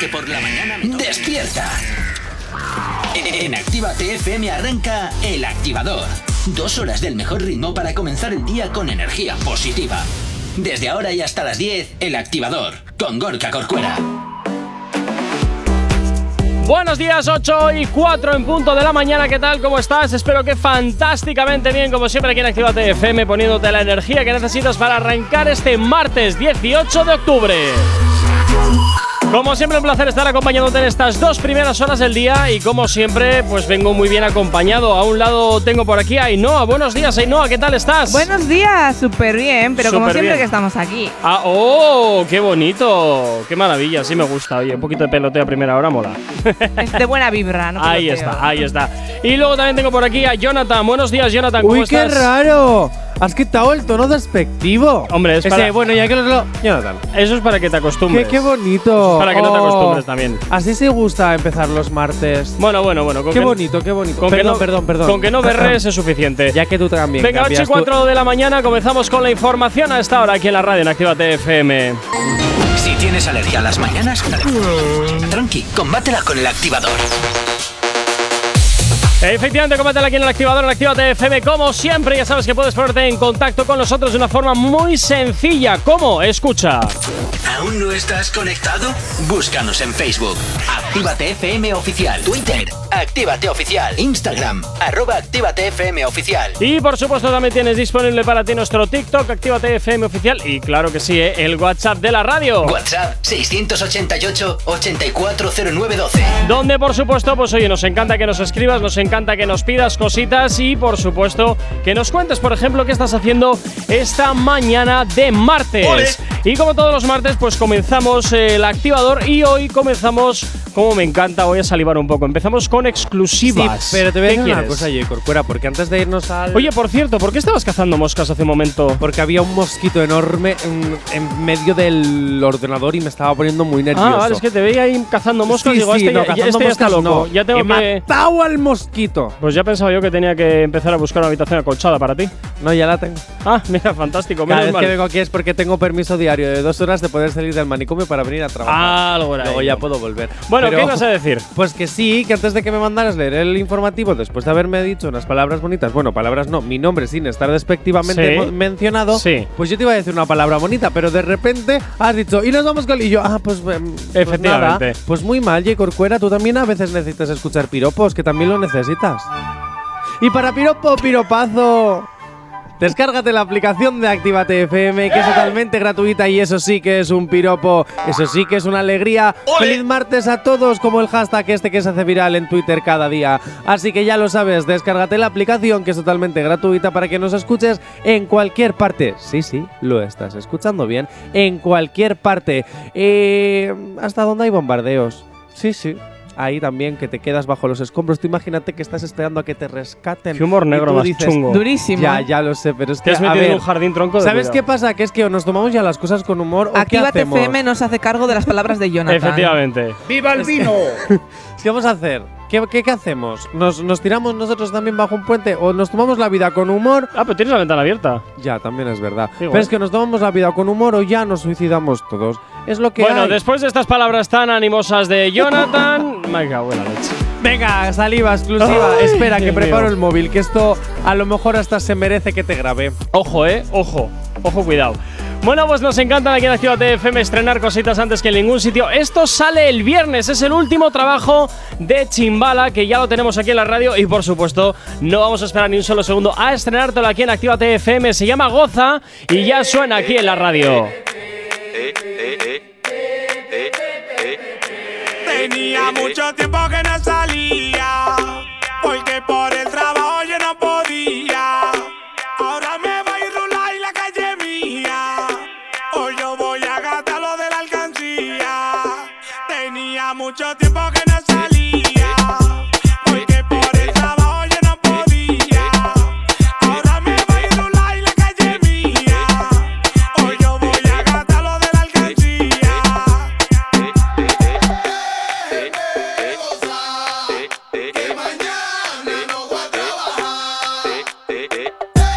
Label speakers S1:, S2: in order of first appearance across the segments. S1: que por la mañana me toque.
S2: Despierta. En Activa TFM arranca El Activador. Dos horas del mejor ritmo para comenzar el día con energía positiva. Desde ahora y hasta las 10, El Activador, con Gorka Corcuera.
S3: Buenos días, 8 y 4 en punto de la mañana. ¿Qué tal? ¿Cómo estás? Espero que fantásticamente bien, como siempre, aquí en Activate FM, poniéndote la energía que necesitas para arrancar este martes 18 de octubre. Como siempre, un placer estar acompañándote en estas dos primeras horas del día y como siempre, pues vengo muy bien acompañado. A un lado tengo por aquí a Ainhoa. Buenos días, Ainhoa, ¿qué tal estás?
S4: Buenos días, súper bien, pero como
S3: Súper
S4: siempre
S3: bien.
S4: que estamos aquí.
S3: Ah, ¡Oh! ¡Qué bonito! ¡Qué maravilla! Sí me gusta. Oye, un poquito de peloteo a primera hora mola.
S4: Es de buena vibra, ¿no?
S3: Ahí
S4: Creo.
S3: está, ahí está. Y luego también tengo por aquí a Jonathan. Buenos días, Jonathan. ¿Cómo
S5: Uy, qué
S3: estás?
S5: raro. Has quitado el tono despectivo.
S3: Hombre, es
S5: Ese,
S3: para-
S5: bueno, ya que los lo. Jonathan.
S3: Eso es para que te acostumbres.
S5: Qué, qué bonito. Oh,
S3: Para que no te acostumbres también.
S5: Así se gusta empezar los martes.
S3: Bueno, bueno, bueno. Con
S5: Qué
S3: que-
S5: bonito, qué bonito.
S3: Con que
S5: perdón,
S3: no,
S5: perdón, perdón.
S3: Con que no berres es suficiente.
S5: Ya que tú también.
S3: Venga, 8 y
S5: cambias tu-
S3: 4 de la mañana, comenzamos con la información a esta hora aquí en la radio en Actívate FM.
S2: Si tienes alergia a las mañanas, tranqui, combátela con El Activador.
S3: Efectivamente, combátela aquí en el activador, en Actívate FM. Como siempre, ya sabes que puedes ponerte en contacto con nosotros de una forma muy sencilla. ¿Cómo? Escucha.
S2: ¿Aún no estás conectado? Búscanos en Facebook. Actívate FM Oficial. Twitter. Actívate Oficial. Instagram. Arroba Actívate FM Oficial.
S3: Y por supuesto también tienes disponible para ti nuestro TikTok, Actívate FM oficial y claro que sí, ¿eh? el WhatsApp de la radio.
S2: WhatsApp 688 840912.
S3: Donde por supuesto, pues oye, nos encanta que nos escribas, nos encanta que nos pidas cositas y por supuesto que nos cuentes, por ejemplo, qué estás haciendo esta mañana de martes. Y como todos los martes, pues comenzamos eh, el activador y hoy comenzamos, como me encanta, voy a salivar un poco, empezamos con
S5: Sí,
S3: exclusivas.
S5: pero te voy a
S3: ¿Qué
S5: decir una
S3: quieres?
S5: cosa, oye, Corcuera, porque antes de irnos al.
S3: Oye, por cierto, ¿por qué estabas cazando moscas hace un momento?
S5: porque había un mosquito enorme en, en medio del ordenador y me estaba poniendo muy nervioso.
S3: Ah, vale, es que te veía ahí cazando moscas.
S5: Sí,
S3: digo,
S5: sí,
S3: este,
S5: no,
S3: ya-
S5: cazando
S3: este ya está
S5: moscas
S3: loco.
S5: no.
S3: Ya tengo
S5: He
S3: que.
S5: matado al mosquito.
S3: Pues ya pensaba yo que tenía que empezar a buscar una habitación acolchada para ti.
S5: No, ya la tengo.
S3: Ah, mira, fantástico.
S5: Cada
S3: menos
S5: vez
S3: mal.
S5: que vengo aquí es porque tengo permiso diario de dos horas de poder salir del manicomio para venir a trabajar.
S3: Ah, algo era
S5: Luego
S3: ahí.
S5: ya puedo volver.
S3: Bueno,
S5: Pero-
S3: ¿qué ibas a decir?
S5: Pues que sí, que antes de que me mandaras leer el informativo, después de haberme dicho unas palabras bonitas, bueno, palabras no, mi nombre sin estar despectivamente
S3: Sí.
S5: mo- mencionado,
S3: Sí.
S5: pues yo te iba a decir una palabra bonita, pero de repente has dicho, y nos vamos con... Y yo, ah, pues... em, pues
S3: Efectivamente.
S5: nada. Pues, muy mal, J. Corcuera, tú también a veces necesitas escuchar piropos, que también lo necesitas. Y para piropo, piropazo... Descárgate la aplicación de Actívate FM, que es totalmente gratuita y eso sí que es un piropo, eso sí que es una alegría. Feliz martes a todos, como el hashtag este que se hace viral en Twitter cada día. Así que ya lo sabes, descárgate la aplicación, que es totalmente gratuita para que nos escuches en cualquier parte. Sí, sí, lo estás escuchando bien, en cualquier parte. Eh, hasta donde hay bombardeos. Sí, sí. Ahí también que te quedas bajo los escombros. Tú imagínate que estás esperando a que te rescaten.
S3: Qué humor
S5: y
S3: negro
S5: tú
S3: más
S5: dices,
S3: chungo.
S4: Durísimo. ¿eh?
S5: Ya, ya lo sé, pero es
S3: Te
S5: que
S3: has
S5: a
S3: metido
S5: ver,
S3: en un jardín tronco de
S5: ¿Sabes qué
S3: cuidado.
S5: pasa? Que es que o nos tomamos ya las cosas con humor o qué
S4: Actívate
S5: hacemos.
S4: FM nos hace cargo de las palabras de Jonathan.
S3: Efectivamente.
S5: ¿Qué vamos a hacer? ¿Qué, qué, qué hacemos? ¿Nos, ¿Nos tiramos nosotros también bajo un puente o nos tomamos la vida con humor?
S3: Ah, pero tienes la ventana abierta.
S5: Ya, también es verdad.
S3: Igual.
S5: Pero es que nos tomamos la vida con humor o ya nos suicidamos todos. Es lo que
S3: Bueno,
S5: hay.
S3: después de estas palabras tan animosas de Jonathan. Me cago en la leche.
S5: Venga, saliva exclusiva.
S3: Ay,
S5: Espera, que
S3: Dios
S5: preparo
S3: mío.
S5: el móvil, que esto a lo mejor hasta se merece que te grabe.
S3: Ojo, eh, ojo, ojo, cuidado. Bueno, pues nos encantan aquí en Activa FM estrenar cositas antes que en ningún sitio. Esto sale el viernes, es el último trabajo de Chimbala, que ya lo tenemos aquí en la radio y por supuesto no vamos a esperar ni un solo segundo a estrenártelo aquí en Activa FM. Se llama Goza y ya suena aquí en la radio.
S6: Tenía mucho tiempo que no salía, porque por el trabajo yo no podía. Ahora me va a ir rular y la calle mía. Hoy yo voy a gastar lo de la alcancía. Tenía mucho tiempo que no salía, porque por el trabajo yo no podía. Ahora me va a ir rular y la calle mía. Hoy yo voy a gastar lo de la alcancía.
S7: Eh,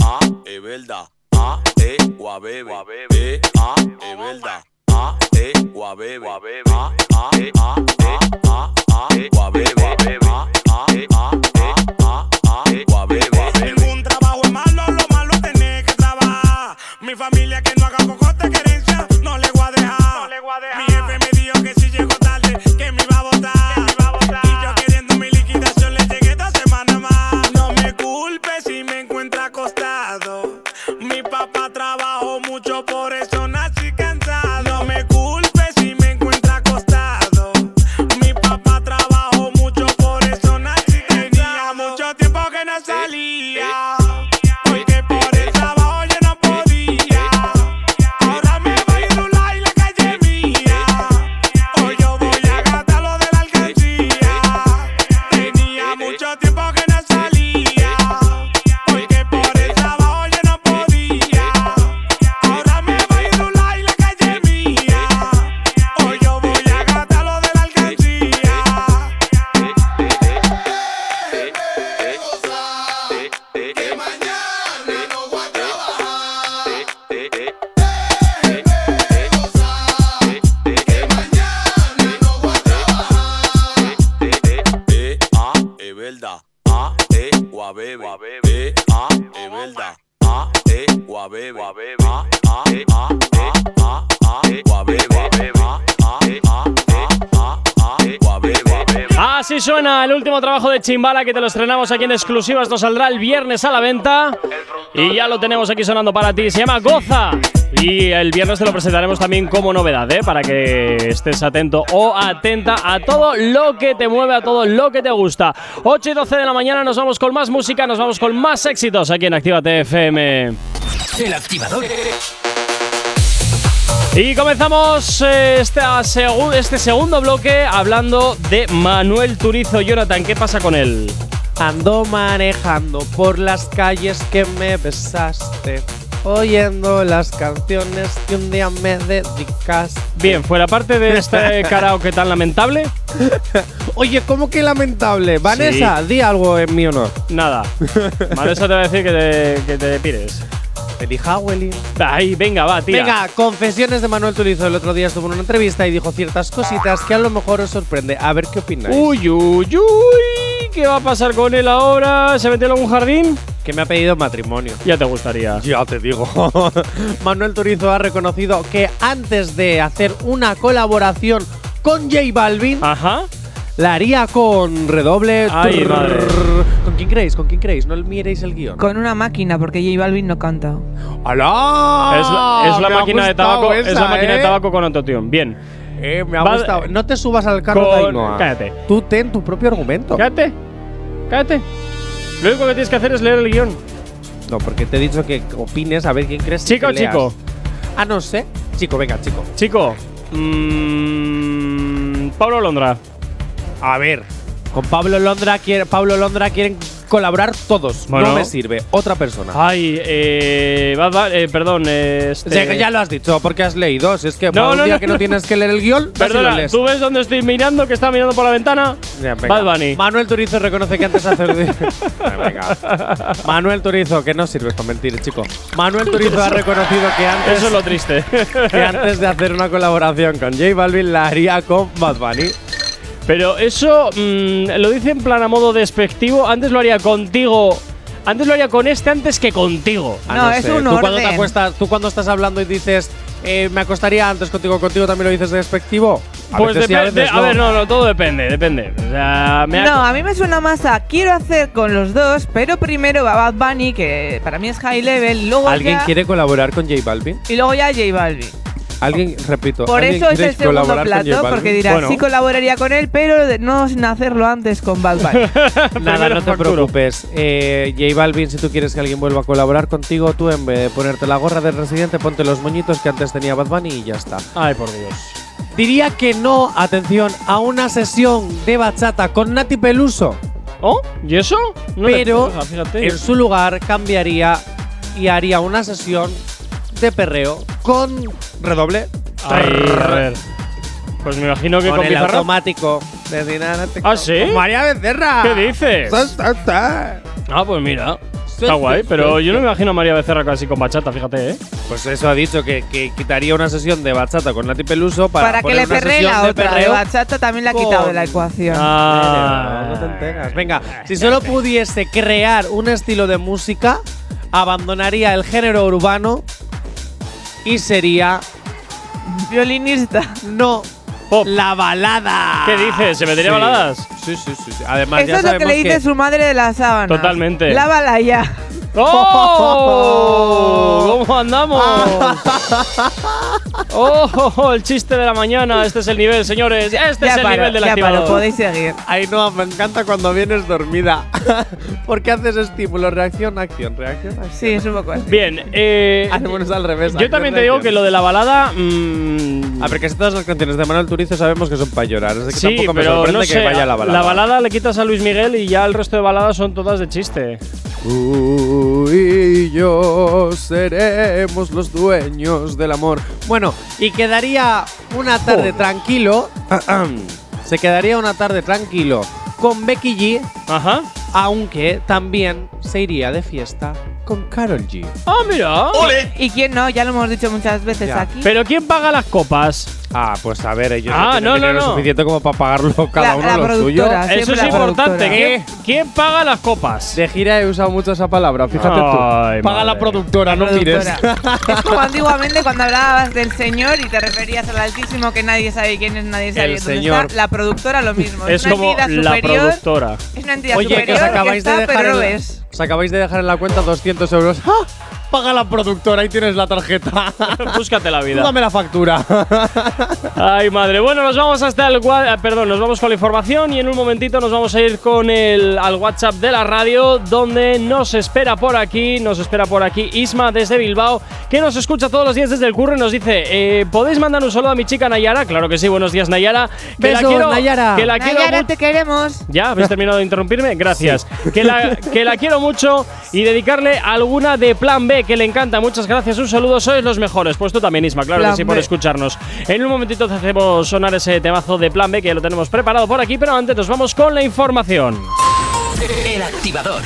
S7: ah, eh.
S6: verdad. Ah, eh, guabebe. Eh, ah, es verdad. Ah, eh, guabebe. Ah, ah, eh, ah, eh, ah, ah, eh, guabebe. Ah, ah, eh, ah, eh, ah, ah, eh, guabebe. Ningún trabajo es malo, lo malo tenés que trabajar. Mi familia que no haga cocote querencia, no le voy a dejar. Mi jefe me dijo que si llego tarde, que me iba a votar. Y yo queriendo mi liquidación, le llegué dos semanas más. No me culpes si me encuentra acostado. Mi papá trabajó mucho, por eso nací cansado. No me culpes si me encuentra acostado. Mi papá trabajó mucho, por eso nací cansado. Tenía mucho tiempo que no salía. Porque por el trabajo yo no podía. Ahora me voy a rular la calle mía. Hoy yo voy a gastar lo de la alcancía. Tenía mucho tiempo que no salía. Porque por el trabajo yo no podía. Ahora me voy a rular la calle mía. Hoy yo voy a gastar lo de la alcancía.
S1: Eh, ah, es verdad. Ah, eh, guabebe. Eh, ah, es verdad. Ah, eh, guabebe. Ah, ah, eh, ah, eh, ah, ah, eh, guabebe. Ah, ah, eh, ah, eh, ah, ah, eh, guabebe.
S3: Así suena el último trabajo de Chimbala que te lo estrenamos aquí en exclusiva. Esto saldrá el viernes a la venta. Y ya lo tenemos aquí sonando para ti. Se llama Goza. Y el viernes te lo presentaremos también como novedad, ¿eh? para que estés atento o atenta a todo lo que te mueve, a todo lo que te gusta. 8 y 12 de la mañana nos vamos con más música, nos vamos con más éxitos aquí en Actívate FM.
S2: El activador.
S3: Y comenzamos eh, esta segu- este segundo bloque hablando de Manuel Turizo. Jonathan, ¿qué pasa con él?
S5: Ando manejando por las calles que me besaste, oyendo las canciones que un día me dedicaste.
S3: Bien, fuera parte de este karaoke tan lamentable,
S5: Oye, ¿cómo que lamentable? Vanessa, di algo en mi honor.
S3: nada. Vanessa te va a decir que te, que te pires.
S5: Elija, Willy.
S3: Ahí, venga, va, tira.
S5: Venga, confesiones de Manuel Turizo. El otro día estuvo en una entrevista y dijo ciertas cositas que a lo mejor os sorprende. A ver qué opináis.
S3: Uy, uy, uy. ¿Qué va a pasar con él ahora? ¿Se metió en algún jardín?
S5: que me ha pedido matrimonio.
S3: Ya te gustaría.
S5: Ya te digo. Manuel Turizo ha reconocido que antes de hacer una colaboración con J Balvin,
S3: Ajá.
S5: la haría con redoble.
S3: Ay,
S5: Trrr.
S3: madre.
S5: ¿Con quién creéis? ¿Con quién creéis? No miréis el guión.
S4: Con una máquina, porque J Balvin no canta.
S5: ¡Alá!
S3: es la, es la
S5: Ah, Me ha
S3: máquina de
S5: gustado
S3: tabaco. es la
S5: esa,
S3: máquina de
S5: ¿eh?
S3: tabaco con autotune. Bien.
S5: Eh, me ha
S3: Va-
S5: gustado. No te subas al carro
S3: con-
S5: de Ainhoa.
S3: cállate.
S5: Tú ten tu propio argumento.
S3: Cállate. Cállate. Lo único que tienes que hacer es leer el guión.
S5: No, porque te he dicho que opines a ver quién crees
S3: Chico,
S5: que leas.
S3: chico.
S5: Ah, no sé. Chico, venga, chico.
S3: Chico. mm, Pablo Londra.
S5: A ver, con Pablo Londra, quiere, Pablo Londra quieren colaborar todos.
S3: Bueno. Ah,
S5: No me sirve. Otra persona.
S3: Ay, eh, Bad Ba- eh, perdón, eh, este-
S5: O sea, que ya lo has dicho, porque has leído. Si es que
S3: No,
S5: para
S3: no,
S5: un día
S3: no,
S5: que no,
S3: no.
S5: tienes que leer el guión, así lo
S3: Perdona,
S5: lees.
S3: ¿tú ves dónde estoy mirando? ¿Que está mirando por la ventana?
S5: Ya, venga.
S3: Bad Bunny.
S5: Manuel Turizo reconoce que antes hace. Venga. Manuel Turizo, que no sirves con mentir, chico. Manuel Turizo ha reconocido que antes,
S3: Eso es lo triste.
S5: que antes de hacer una colaboración con J Balvin la haría con Bad Bunny.
S3: Pero eso mm, lo dice en plan a modo despectivo. Antes lo haría contigo. Antes lo haría con este antes que contigo.
S5: Ah,
S4: No, es
S5: sé.
S4: un
S5: tú Cuando te
S4: orden.
S5: acuestas, tú cuando estás hablando y dices, eh, me acostaría antes contigo, contigo también lo dices despectivo. A
S3: pues
S5: veces sí, a
S3: depende.
S5: veces
S3: a ver, no, no, todo depende, depende. O sea, me ha-
S4: No, a mí me suena más a quiero hacer con los dos, pero primero va Bad Bunny, que para mí es high level, luego
S5: ¿Alguien
S4: ya-
S5: quiere colaborar con J Balvin?
S4: y luego ya J Balvin.
S5: Alguien, repito.
S4: Por
S5: ¿alguien
S4: eso es
S5: quiere
S4: el segundo
S5: colaborar con J
S4: plato,
S5: Balvin?
S4: porque dirás,
S3: Bueno.
S4: sí colaboraría con él, pero de- no sin hacerlo antes con Bad Bunny.
S5: Nada,
S3: Primero
S5: no te
S3: facturo.
S5: preocupes. Eh, J Balvin, si tú quieres que alguien vuelva a colaborar contigo, tú en vez de ponerte la gorra de residente, ponte los moñitos que antes tenía Bad Bunny y ya está.
S3: Ay, por Dios.
S5: Diría que no, atención, a una sesión de bachata con Nati Peluso.
S3: ¿Oh? ¿Y eso? No te-
S5: pero
S3: Ah, fíjate.
S5: en su lugar cambiaría y haría una sesión de perreo con redoble.
S3: Ay, a ver. Pues me imagino que con,
S5: con el
S3: Pizarro.
S5: automático. De Dinana-
S3: ¿Ah, sí?
S5: Con María Becerra.
S3: ¿Qué dices?
S5: Ta, ta, ta.
S3: Ah, pues mira.
S5: Sí,
S3: Está guay, pero yo no me imagino a María Becerra casi con bachata, fíjate, ¿eh?
S5: Pues eso ha dicho que, que quitaría una sesión de bachata con Nati Peluso para,
S4: Para, que
S5: poner
S4: le
S5: una
S4: perree
S5: sesión
S4: la
S5: de
S4: otra. La
S5: perreo.
S4: bachata también la ha quitado de la ecuación.
S5: Ah, no te enteras. Venga, si solo pudiese crear un estilo de música, abandonaría el género urbano y sería
S4: Violinista.
S5: no
S3: Pop.
S5: la balada.
S3: ¿Qué dices? ¿Se metería baladas?
S5: Sí, sí, sí. sí. Además,
S4: Eso
S5: ya
S4: es lo que
S5: sabemos
S4: le dice su madre de la sábana.
S3: Totalmente.
S4: Lávala ya.
S3: ¡Oh! ¿Cómo andamos? ¡Oh! oh, oh, El chiste de la mañana. Este es el nivel, señores. Este es el
S4: paro,
S3: nivel del
S4: ya paro,
S3: activador.
S4: podéis seguir.
S5: Ainhoa, me encanta cuando vienes dormida. Porque haces estímulo, reacción, acción, reacción, acción.
S4: Sí, es un poco así.
S3: Bien, eh.
S5: Hacemos es al revés.
S3: Yo también te digo que lo de la balada. mm,
S5: A ver, que si todas las canciones de Manuel Turizo sabemos que son para llorar. Así Ah, que
S3: sí,
S5: tampoco me
S3: pero
S5: sorprende
S3: no
S5: que
S3: sé.
S5: vaya la balada.
S3: La balada le quitas a Luis Miguel y ya el resto de baladas son todas de chiste.
S5: Tú y yo seremos los dueños del amor. Bueno, y quedaría una tarde tranquilo. se quedaría una tarde tranquilo con Becky G,
S3: Ajá.
S5: aunque también se iría de fiesta con Carol G.
S3: ¡Ah, mira!
S4: ¿Y quién no? Ya lo hemos dicho muchas veces
S5: Ya.
S4: aquí.
S3: Pero ¿quién paga las copas?
S5: Ah, pues a ver, ellos
S3: Ah,
S5: tienen
S3: no, no,
S5: dinero
S3: no.
S5: suficiente como para pagarlo cada
S4: La-
S5: uno
S4: la
S5: lo suyo.
S4: productora. Siempre
S3: Eso es
S4: la
S3: importante.
S4: productora.
S3: ¿Quién, quién paga las copas?
S5: De gira he usado mucho esa palabra, fíjate
S3: Ay,
S5: tú. Paga
S3: madre.
S5: la productora, no mires.
S4: Productora. es como antiguamente cuando hablabas del señor y te referías al altísimo que nadie sabe quién es, nadie sabe
S5: El
S4: dónde
S5: señor.
S4: está. La productora lo mismo.
S3: Es
S4: una
S3: como
S4: entidad
S3: la
S4: superior.
S3: productora.
S4: Es una entidad
S5: Oye,
S4: superior
S5: que os acabáis,
S4: está,
S5: de dejar
S4: pero no
S5: en,
S4: ves.
S5: os acabáis de dejar en la cuenta 200 euros. ¡Ah! Paga la productora y tienes la tarjeta.
S3: Búscate la
S5: Tú
S3: vida.
S5: dame la factura.
S3: Ay, madre. Bueno, nos vamos hasta el. wa- eh, Perdón, nos vamos con la información y en un momentito nos vamos a ir con el al WhatsApp de la radio, donde nos espera por aquí, nos espera por aquí Isma desde Bilbao, que nos escucha todos los días desde el curro y nos dice: eh, ¿Podéis mandar un saludo a mi chica Nayara? Claro que sí, buenos días, Nayara. Que la
S5: Besos,
S3: quiero.
S5: Nayara.
S3: Que la quiero
S4: Nayara,
S3: mucho.
S4: te queremos.
S3: ¿Ya? ¿Habéis terminado de interrumpirme? Gracias. Que, la, que la quiero mucho y dedicarle alguna de Plan B que le encanta. Muchas gracias, un saludo, sois los mejores. Pues tú también, Isma, claro
S4: Plan
S3: que sí, por
S4: B.
S3: escucharnos. En un momentito te hacemos sonar ese temazo de Plan B que ya lo tenemos preparado por aquí, pero antes nos vamos con la información.
S2: El activador.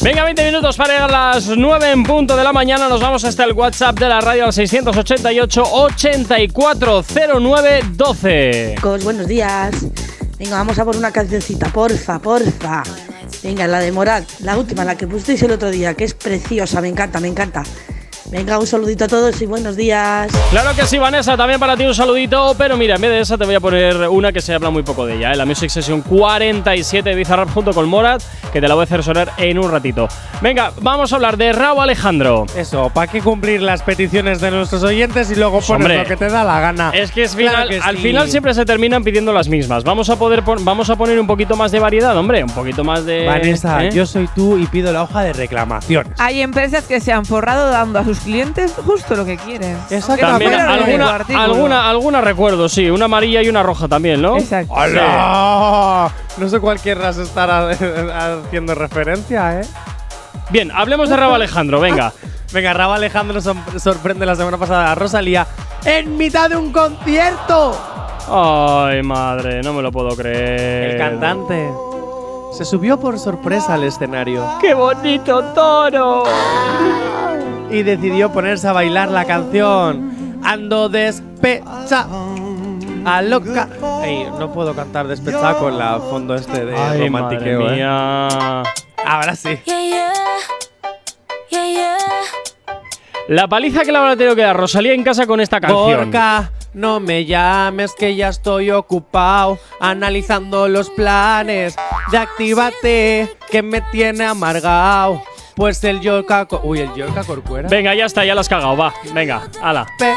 S3: Venga, 20 minutos para llegar a las 9 en punto de la mañana. Nos vamos hasta el WhatsApp de la radio al 688 8409 12.
S7: Chicos, buenos días. Venga, vamos a por una cancioncita, porfa, porfa. Venga, la de Moral, la última, la que pusisteis el otro día, que es preciosa, me encanta, me encanta. Venga, un saludito a todos y buenos días.
S3: Claro que sí, Vanessa, también para ti un saludito, pero mira, en vez de esa te voy a poner una que se habla muy poco de ella, ¿eh? la Music Session 47 de Bizarrap junto con Morat, que te la voy a hacer sonar en un ratito. Venga, vamos a hablar de Raúl Alejandro.
S5: Eso, ¿para qué cumplir las peticiones de nuestros oyentes y luego pones
S3: hombre,
S5: lo que te da la gana?
S3: Es que es
S5: Ah, Claro
S3: final,
S5: que
S3: al
S5: sí.
S3: final siempre se terminan pidiendo las mismas. Vamos a poder pon- vamos a poner un poquito más de variedad, hombre, un poquito más de
S5: Vanessa,
S3: ¿eh?
S5: yo soy tú y pido la hoja de reclamaciones.
S4: Hay empresas que se han forrado dando a sus clientes justo lo que quieren. Aunque
S5: Exactamente.
S3: también
S4: no fuera lo
S5: Pero
S4: de tu
S3: alguna,
S4: artículo.
S3: alguna alguna recuerdo, sí, una amarilla y una roja también, ¿no?
S4: Exacto.
S5: ¡Hala! No sé cuál querrás estar ha- haciendo referencia, ¿eh?
S3: Bien, hablemos de Raúl Alejandro, venga.
S5: Venga, Raba Alejandro som- sorprende la semana pasada a Rosalía en mitad de un concierto.
S3: Ay, madre, no me lo puedo creer.
S5: El cantante se subió por sorpresa al escenario
S3: ¡Qué bonito toro!
S5: y decidió ponerse a bailar la canción Ando despecha. A loca. Ay, no puedo cantar despecha con la fondo este de
S3: Ay, madre
S5: romantiqueo, ¿eh?
S3: mía.
S5: Ahora sí.
S3: La paliza que le habrá tenido que dar Rosalía en casa con esta canción.
S5: Gorka, no me llames que ya estoy ocupado analizando los planes de Actívate que me tiene amargado. Pues el Yorka… Co- Uy, el Yorka Corcuera.
S3: Venga, ya está, ya la has cagado, va. Venga, ala.
S5: Pe-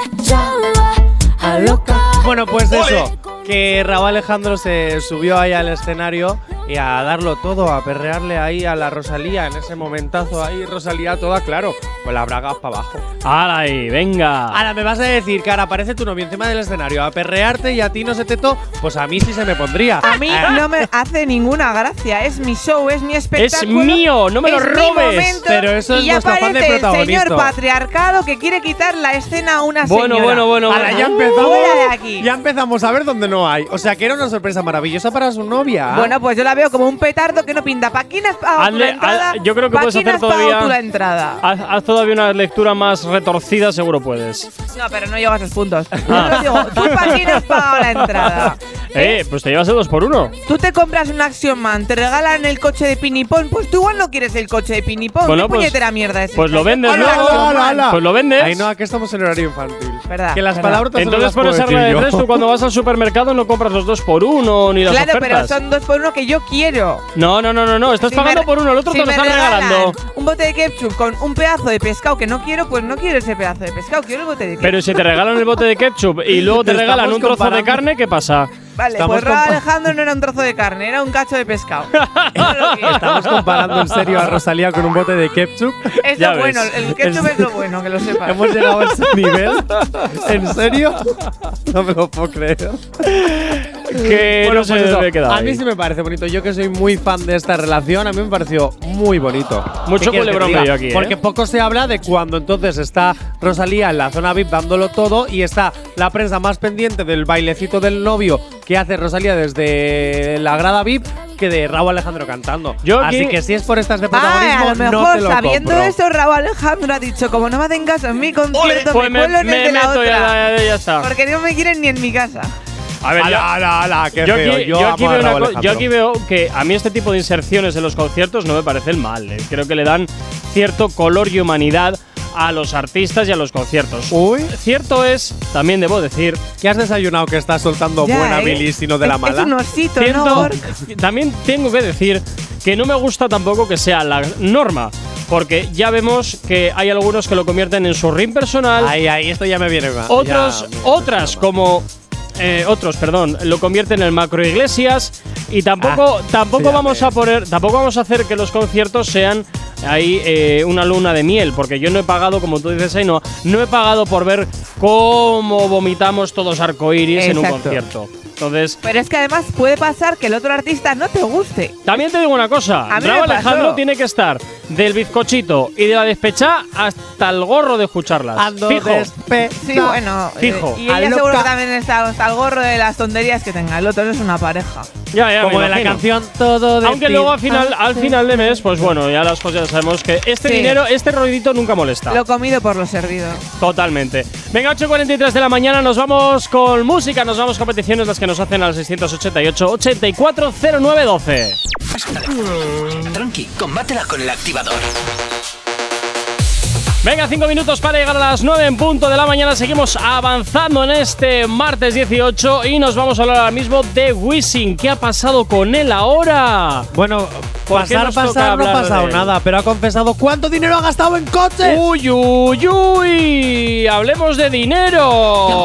S5: Bueno, pues eso. Que Raúl Alejandro se subió ahí al escenario y a darlo todo, a perrearle ahí a la Rosalía en ese momentazo ahí, Rosalía toda, claro, con las bragas para abajo.
S3: Ala ahí, venga.
S5: Ahora me vas a decir que ahora aparece tu novio encima del escenario a perrearte y a ti no se te to, pues a mí sí se me pondría. Eh,
S4: A mí no me hace ninguna gracia. Es mi show, es mi espectáculo.
S3: mío, no me lo
S4: es mi
S3: robes.
S4: momento,
S5: Pero eso es
S4: y ya
S5: nuestro afán de
S4: aparece el
S5: protagonista.
S4: señor patriarcado que quiere quitar la escena a una
S3: Bueno,
S4: señora.
S3: bueno, bueno,
S5: Ahora
S3: bueno.
S5: ya empezamos.
S4: Fuera de aquí.
S5: Ya empezamos a ver dónde no hay. O sea que era una sorpresa maravillosa para su novia.
S4: Bueno, pues yo la la veo como un petardo que no pinta. Paquinas pa'
S3: Hazle-
S4: la entrada.
S3: haz- yo creo que puedes hacer
S4: Paquinas pa'
S3: todavía- Ah.
S4: la entrada.
S3: Haz, haz todavía una lectura más retorcida, seguro puedes.
S4: No, pero no llegas a los puntos.
S3: Ah.
S4: Yo lo digo, tú paquinas pa' la entrada.
S3: Eh, pues te llevas el 2 por 1
S4: Tú te compras un Action Man, te regalan el coche de pinipón, pues tú igual no quieres el coche de pinipón.
S3: Bueno,
S4: ¿Qué
S3: pues-
S4: puñetera mierda es
S3: pues
S4: esta?
S3: lo vendes
S4: Hola,
S3: luego.
S4: Action Man.
S5: Hola, hola.
S3: Pues lo vendes.
S5: Ay, no, aquí estamos en horario infantil.
S4: Verdad,
S5: que las
S4: verdad.
S5: palabrotas no
S3: Entonces
S5: las puedo
S3: pones
S5: decir
S3: charla de
S5: yo.
S3: tres, tú cuando vas al supermercado no compras los 2 por 1 ni las
S4: Claro, pero
S3: ofertas.
S4: son dos por uno que yo quiero.
S3: No, no, no, no, no, estás
S4: Si
S3: pagando
S4: me-
S3: por uno, el otro
S4: si
S3: te lo
S4: me
S3: están
S4: regalan
S3: regalando.
S4: Un bote de ketchup con un pedazo de pescado que no quiero, pues no quiero ese pedazo de pescado, quiero el bote de ketchup.
S3: Pero si te regalan el bote de ketchup y luego te
S5: Estamos
S3: regalan un trozo de
S5: comparando.
S3: carne, ¿qué pasa?
S4: vale,
S5: estamos
S4: pues Raúl
S5: compa-
S4: Alejandro no era un trozo de carne, era un cacho de pescado. No lo quiero.
S5: Estamos comparando en serio a Rosalía con un bote de ketchup.
S4: es
S3: ya
S4: lo
S3: ves.
S4: bueno, el ketchup
S5: Es-
S4: es, lo bueno, que lo sepas.
S5: Hemos llegado a ese nivel. ¿En serio? No me lo puedo creer.
S3: Que
S5: Bueno,
S3: no sé
S5: pues
S3: dónde
S5: eso,
S3: me he quedado
S5: a mí
S3: ahí.
S5: sí me parece bonito. Yo que soy muy fan de esta relación, a mí me pareció muy bonito.
S3: Mucho
S5: ¿Qué quieres
S3: culebrón
S5: que te
S3: medio
S5: diga?
S3: aquí, ¿eh?
S5: Porque poco se habla de cuando entonces está Rosalía en la zona VIP dándolo todo y está la prensa más pendiente del bailecito del novio que hace Rosalía desde la grada VIP que de Raúl Alejandro cantando.
S3: Yo aquí-
S5: Así que si es por estas de
S4: Ah,
S5: protagonismo,
S4: a lo
S5: no
S4: mejor
S5: te lo
S4: sabiendo
S5: compro.
S4: eso, Raúl Alejandro ha dicho, como no me hacen caso en mi concierto,
S3: Pues me,
S4: me cuelo en el
S3: me
S4: de la
S3: meto y
S4: otra.
S3: ya, ya está.
S4: Porque no me quieren ni en mi casa.
S3: A ver, yo-
S5: Ala, ala, ala, qué
S3: yo
S5: feo.
S3: aquí,
S5: Yo
S3: yo aquí
S5: amo a
S3: veo una
S5: Raúl
S3: co- yo
S5: Alejandro.
S3: aquí veo que a mí este tipo de inserciones en los conciertos no me parecen mal. eh. Creo que le dan cierto color y humanidad a los artistas y a los conciertos.
S5: Uy,
S3: Cierto es, también debo decir,
S5: ¿qué has desayunado que estás soltando
S4: Ya,
S5: buena
S4: ¿eh?
S5: bilis y no de la
S4: Es-
S5: mala?
S4: Es un osito, ¿no?
S3: Siento-
S4: Gorka?
S3: también tengo que decir que no me gusta tampoco que sea la norma, porque ya vemos que hay algunos que lo convierten en su ring personal,
S5: Ay, ay, esto ya me viene mal.
S3: otros,
S5: Ya, mira,
S3: otras como eh, otros, perdón, lo convierten en macro iglesias y tampoco,
S5: Ah,
S3: tampoco
S5: ya
S3: vamos
S5: ves.
S3: a poner, tampoco vamos a hacer que los conciertos sean ahí eh, una luna de miel, porque yo no he pagado, como tú dices, ahí no, no he pagado por ver cómo vomitamos todos arcoíris en un
S4: Exacto.
S3: concierto. Entonces,
S4: Pero es que además puede pasar que el otro artista no te guste.
S3: También te digo una cosa,
S4: A mí me
S3: Raúl Alejandro
S4: pasó.
S3: tiene que estar del bizcochito y de la despechá hasta el gorro de escucharlas.
S5: Ando
S3: Fijo.
S5: despe-
S4: Sí, bueno.
S3: Fijo,
S4: eh, y ella
S5: a
S4: seguro
S5: loca.
S4: que también está hasta el gorro de las tonterías que tenga. El otro es una pareja.
S3: Ya, ya, me
S5: Como de la
S3: imagino.
S5: canción todo de
S3: Aunque
S5: ti.
S3: luego al final, al
S4: Sí.
S3: final de mes, pues bueno, ya las cosas ya sabemos que este
S4: Sí.
S3: dinero, este ruidito nunca molesta.
S4: Lo comido por lo servido.
S3: Totalmente. Venga, 8.43 de la mañana, nos vamos con música, nos vamos con peticiones las que nos hacen al 688-840912.
S2: Tranqui, combátela con el activador.
S3: Venga, cinco minutos para llegar a las 9 en punto de la mañana. Seguimos avanzando en este martes 18 y nos vamos a hablar ahora mismo de Wisin. ¿Qué ha pasado con él ahora?
S5: Bueno,
S3: ¿Por qué
S5: pasar,
S3: nos toca
S5: pasar, no ha
S3: hablar de
S5: pasado
S3: él?
S5: nada, pero ha confesado cuánto dinero ha gastado en coches.
S3: Uy, uy, uy, hablemos de dinero.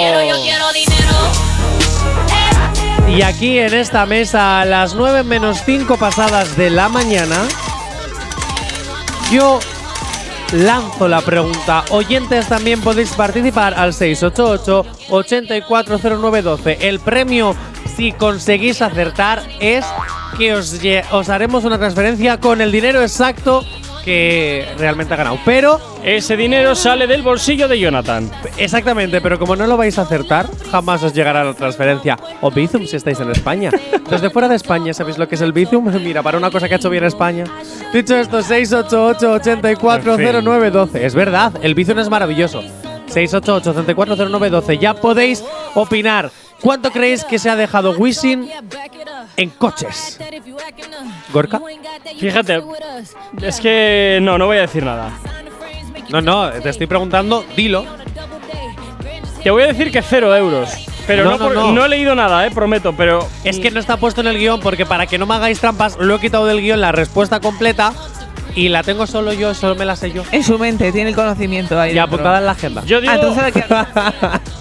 S5: Y aquí en esta mesa, a las 9 menos 5 pasadas de la mañana, yo lanzo la pregunta. Oyentes también podéis participar al 688-840912. El premio, si conseguís acertar, es que os, lle- os haremos una transferencia con el dinero exacto que realmente ha ganado. Pero,
S3: Ese dinero sale del bolsillo de Jonathan.
S5: exactamente, pero como no lo vais a acertar, jamás os llegará la transferencia. O Bizum si estáis en España. Los de fuera de España, ¿sabéis lo que es el Bizum? Mira, para una cosa que ha hecho bien España. Dicho esto, 688-840912. Es verdad, el Bizum es maravilloso. 688-840912. Ya podéis opinar. ¿Cuánto creéis que se ha dejado Wisin en coches? ¿Gorka?
S3: Fíjate, es que no, no voy a decir nada.
S5: No, no, te estoy preguntando, dilo.
S3: Te voy a decir que cero euros. Pero no,
S5: No,
S3: por-
S5: no,
S3: no,
S5: no.
S3: he leído nada, eh, prometo, pero.
S5: Es que no está puesto en el guión porque para que no me hagáis trampas, lo he quitado del guión la respuesta completa y la tengo solo yo, solo me la sé yo.
S4: En su mente, tiene el conocimiento ahí.
S5: Y
S4: dentro.
S5: apuntada en la agenda.
S3: Yo digo,
S4: Ah, entonces hay que-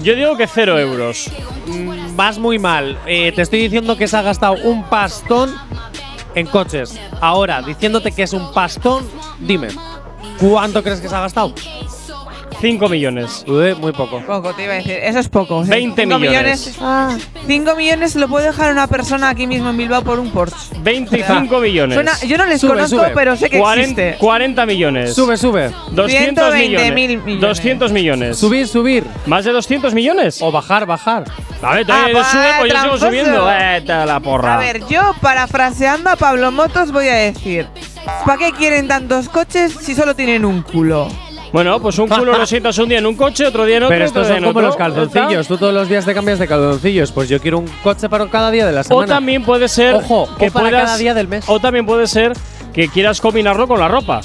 S3: yo digo que cero euros.
S5: Mm, Vas muy mal. Eh, te estoy diciendo que se ha gastado un pastón en coches. Ahora, diciéndote que es un pastón, dime, ¿cuánto crees que se ha gastado?
S3: 5 millones.
S5: Ué, muy poco.
S4: Poco, te iba a decir. Eso es poco.
S3: 20
S4: Cinco
S3: millones.
S7: Ah,
S4: 5 millones lo puede dejar una persona aquí mismo en Bilbao por un Porsche.
S3: 25 millones.
S4: Suena, yo no les
S5: Sube,
S4: conozco,
S5: sube.
S4: pero sé que
S3: 40,
S4: existe.
S3: 40 millones.
S5: Sube, sube.
S3: 200
S4: 120.000
S3: millones.
S4: millones.
S3: 200 millones.
S5: Subir, subir.
S3: ¿Más de 200 millones?
S5: O bajar, bajar.
S3: A ver, todavía
S4: Oh. Ah,
S3: ellos suben, pues yo sigo
S4: tramposo.
S3: subiendo. Vete a la porra.
S4: A ver, yo parafraseando a Pablo Motos voy a decir, ¿para qué quieren tantos coches si solo tienen un culo?
S3: Bueno, pues un culo lo sientas un día en un coche, otro día en otro.
S5: Pero estos
S3: otro día
S5: son
S3: en otro.
S5: como los calzoncillos. Tú todos los días te cambias de calzoncillos. Pues yo quiero un coche para cada día de la
S3: O
S5: semana.
S3: también puede ser
S5: Ojo, o
S3: que
S5: para
S3: puedas-
S5: cada día del mes.
S3: O también puede ser que quieras combinarlo con la ropa.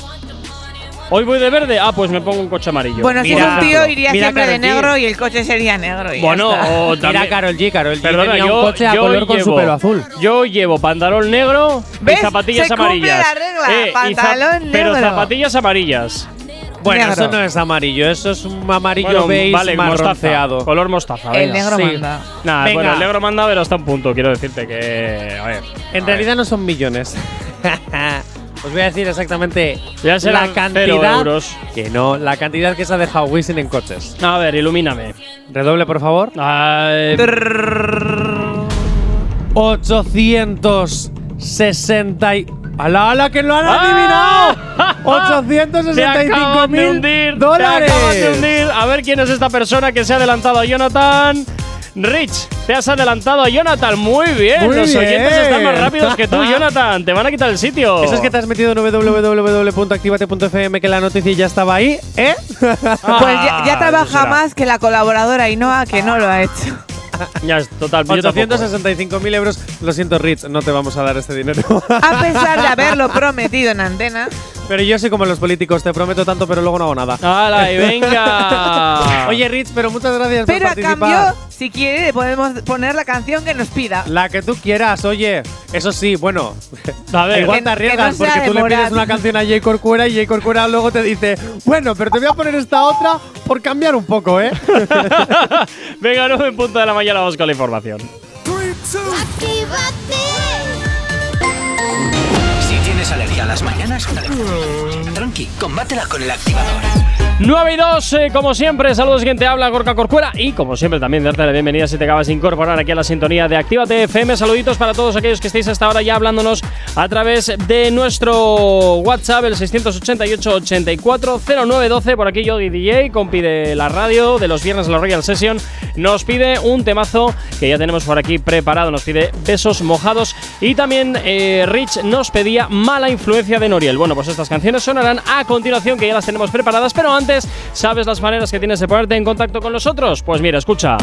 S3: Hoy voy de verde, ah, pues me pongo un coche amarillo.
S4: Bueno, si es
S5: Mira,
S4: un tío iría
S5: mira,
S4: siempre de
S5: Karol G.
S4: negro y el coche sería negro. y ya
S3: Bueno,
S4: está.
S3: o
S5: Mira
S3: también.
S5: Carol G, Carol G
S3: Perdona,
S5: tenía
S3: yo,
S5: un coche a
S3: yo
S5: color con su
S3: llevo-
S5: pelo azul.
S3: Yo llevo pantalón negro
S4: ¿Ves?
S3: y zapatillas
S4: Se cumple
S3: amarillas. Eh,
S4: la regla,
S3: y za-
S4: pantalón
S3: Pero
S4: negro.
S3: zapatillas amarillas.
S5: Bueno,
S4: Negro.
S5: eso no es amarillo, eso es un amarillo
S3: Bueno,
S5: beige
S3: vale,
S5: marronceado.
S3: mostaza. Color mostaza.
S4: el
S3: venga.
S4: negro
S5: sí.
S4: manda.
S3: Nah,
S5: Venga.
S3: bueno, el negro manda, pero hasta un punto. Quiero decirte que. A ver.
S5: En realidad no son millones. Os voy a decir exactamente
S3: Ya serán
S5: la
S3: cero
S5: cantidad
S3: euros.
S5: que no, la cantidad que se ha dejado Wisin en coches.
S3: A ver, ilumíname.
S5: Redoble, por favor.
S3: Ay,
S5: 860 y- ¡Ala, ala, que lo han
S3: ¡Ah!
S5: adivinado!
S3: Te acabas de hundir,
S5: ¡865.000
S3: te
S5: dólares!
S3: acabas de hundir. A ver quién es esta persona que se ha adelantado a Jonathan. Rich, te has adelantado a Jonathan. Muy bien.
S5: Muy
S3: Los oyentes
S5: bien.
S3: están más rápidos que tú, Jonathan. Te van a quitar el sitio.
S5: Eso es que te has metido en www.activate.fm que la noticia ya estaba ahí, ¿eh?
S3: Ah,
S4: Pues ya, ya trabaja
S3: será.
S4: más que la colaboradora Ainhoa que no lo ha hecho.
S3: Ya es total. yo tampoco, eh.
S5: 865.000 euros. Lo siento, Rich, no te vamos a dar este dinero.
S4: A pesar de haberlo prometido en antena.
S5: pero yo soy como los políticos, te prometo tanto, pero luego no hago nada.
S3: ¡Hala, y venga!
S5: Oye, Rich, pero muchas gracias
S4: Pero
S5: por
S4: a
S5: participar.
S4: cambio, si quiere, podemos poner la canción que nos pida.
S5: La que tú quieras, oye. Eso sí, bueno.
S3: A ver.
S5: igual
S4: Que-
S5: te
S4: que
S5: arriesgas
S4: no sea
S5: porque tú le
S4: demorada.
S5: pides una canción a Jay Corcuera y Jay Corcuera luego te dice, bueno, pero te voy a poner esta otra por cambiar un poco, ¿eh?
S3: venga, 9 en punto de la mañana vamos con la información.
S2: Si tienes alergia a las mañanas, tranqui, combátela con el activador.
S3: 9 y 2, eh, como siempre, saludos quien te habla, Gorka Corcuera. Y como siempre, también darte la bienvenida si te acabas de incorporar aquí a la sintonía de Actívate FM. Saluditos para todos aquellos que estéis hasta ahora ya hablándonos a través de nuestro WhatsApp, el 688-840912. Por aquí Yogi DJ, compi de la radio, de los viernes de la Royal Session, nos pide un temazo que ya tenemos por aquí preparado. Nos pide besos mojados. Y también eh, Rich nos pedía mala influencia de Noriel. Bueno, pues estas canciones sonarán a continuación, que ya las tenemos preparadas, pero antes, ¿sabes las maneras que tienes de ponerte en contacto con nosotros? Pues mira, escucha.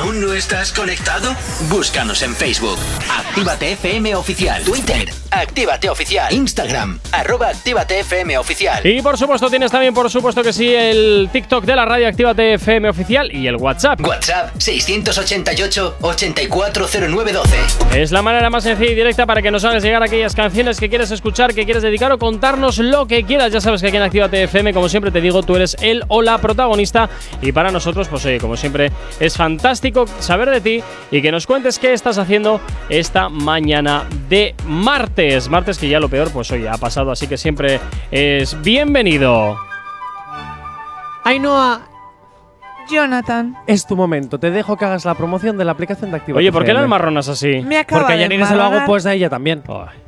S2: ¿Aún no estás conectado? Búscanos en Facebook. Actívate FM Oficial. Twitter. Actívate Oficial. Instagram. Arroba Actívate FM Oficial.
S3: Y por supuesto, tienes también, por supuesto que sí, el TikTok de la radio Actívate FM oficial y el WhatsApp.
S2: WhatsApp 688-840912.
S3: Es la manera más sencilla y directa para que nos hagas llegar aquellas canciones que quieres escuchar, que quieres dedicar o contarnos lo que quieras. Ya sabes que aquí en Actívate FM, como siempre te digo, tú eres el o la protagonista. Y para nosotros, pues oye, como siempre, es fantástico saber de ti y que nos cuentes qué estás haciendo esta mañana de martes. Martes que ya lo peor, pues oye, ha pasado, así que siempre es bienvenido.
S5: Ainhoa,
S4: Jonathan,
S5: es tu momento. Te dejo que hagas la promoción de la aplicación de Activate
S3: Oye, ¿por qué
S5: FM.
S3: las marronas así?
S4: me acaba
S5: Porque a
S4: de
S5: Yanire se lo hago
S4: embarrar-
S5: pues a ella también.
S3: Ay.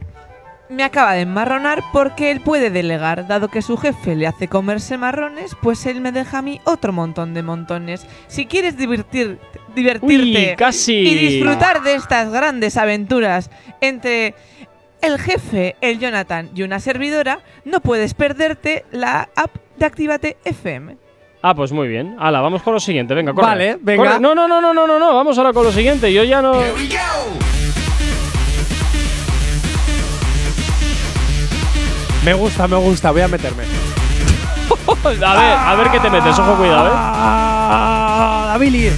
S4: Me acaba de enmarronar porque él puede delegar. Dado que su jefe le hace comerse marrones, pues él me deja a mí otro montón de montones. Si quieres divertir, divertirte
S3: Uy, casi.
S4: y disfrutar de estas grandes aventuras entre el jefe, el Jonathan y una servidora, no puedes perderte la app de Actívate FM.
S3: Ah, pues muy bien. Hala, vamos con lo siguiente. Venga, corre.
S5: Vale, venga.
S3: Corre. No, no, no, no, no, no, no. Vamos ahora con lo siguiente. Yo ya no.
S5: Me gusta, me gusta, voy a meterme.
S3: A ver, a ver qué te metes. Ojo, cuidado, ¿eh?
S5: Ah, la bilis.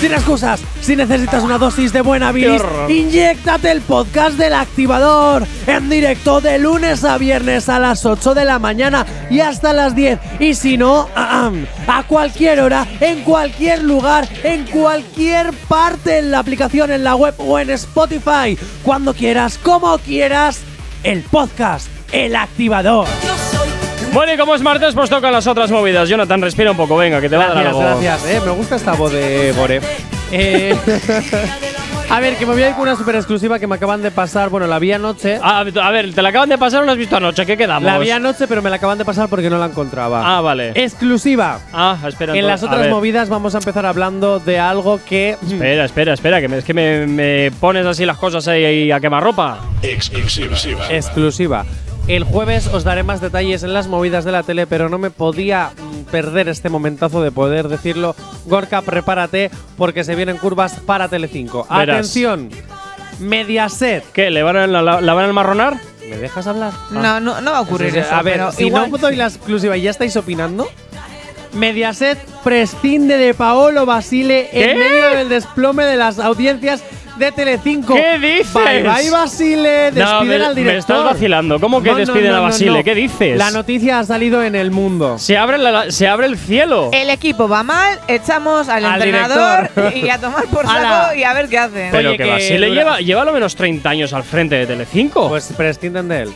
S5: Sin excusas, si necesitas una dosis de buena bilis,
S3: horror.
S5: inyectate el podcast del activador en directo de lunes a viernes a las 8 de la mañana y hasta las 10. Y si no, a cualquier hora, en cualquier lugar, en cualquier parte, en la aplicación, en la web o en Spotify, cuando quieras, como quieras, el podcast, el activador.
S8: Yo soy
S3: Bueno, y como es martes, pues tocan las otras movidas. Jonathan, respira un poco, venga, que te va a dar
S5: Gracias,
S3: algo.
S5: gracias. Eh, me gusta esta voz de Bore. Eh, a ver, que me voy a ir con una super exclusiva que me acaban de pasar. Bueno, la vi anoche.
S3: Ah, a ver, te la acaban de pasar o la has visto anoche, ¿qué quedamos?
S5: La vi anoche, pero me la acaban de pasar porque no la encontraba.
S3: Ah, vale.
S5: Exclusiva.
S3: ah, espera.
S5: En
S3: entonces-
S5: las
S3: a
S5: otras
S3: ver.
S5: movidas vamos a empezar hablando de algo que.
S3: Espera, espera, espera, que me- es que me, me pones así las cosas ahí, ahí a quemarropa.
S1: Exclusiva.
S5: hmm, Exclusiva. El jueves os daré más detalles en las movidas de la tele, pero no me podía mm, perder este momentazo de poder decirlo. Gorka, prepárate porque se vienen curvas para Telecinco.
S3: Verás.
S5: Atención. Mediaset.
S3: ¿Qué? ¿Le van a, la, la van a enmarronar?
S5: ¿Me dejas hablar?
S4: No, no, no va a ocurrir
S5: Ah. Entonces,
S4: eso.
S5: A ver,
S4: pero
S5: si
S4: igual
S5: no doy la exclusiva y ya estáis opinando. Mediaset prescinde de Paolo Basile
S3: ¿Qué?
S5: en medio del desplome de las audiencias de Telecinco.
S3: ¿Qué dices?
S5: Bye bye Basile, despiden
S3: No, me-
S5: al
S3: me
S5: director.
S3: estás vacilando. ¿Cómo que despiden a Basile? ¿Qué dices?
S5: La noticia ha salido en El Mundo.
S3: Se abre, la- la- se abre el cielo.
S5: Eh,
S4: El equipo va mal, echamos al,
S5: Al
S4: entrenador
S5: director.
S4: y a tomar por saco
S5: Ala.
S4: y a ver qué hacen.
S3: Pero
S5: Oye,
S3: que
S5: que
S3: Basile
S5: dura-
S3: lleva, lleva lo menos 30 años al frente de Telecinco.
S5: Pues prescinden de él.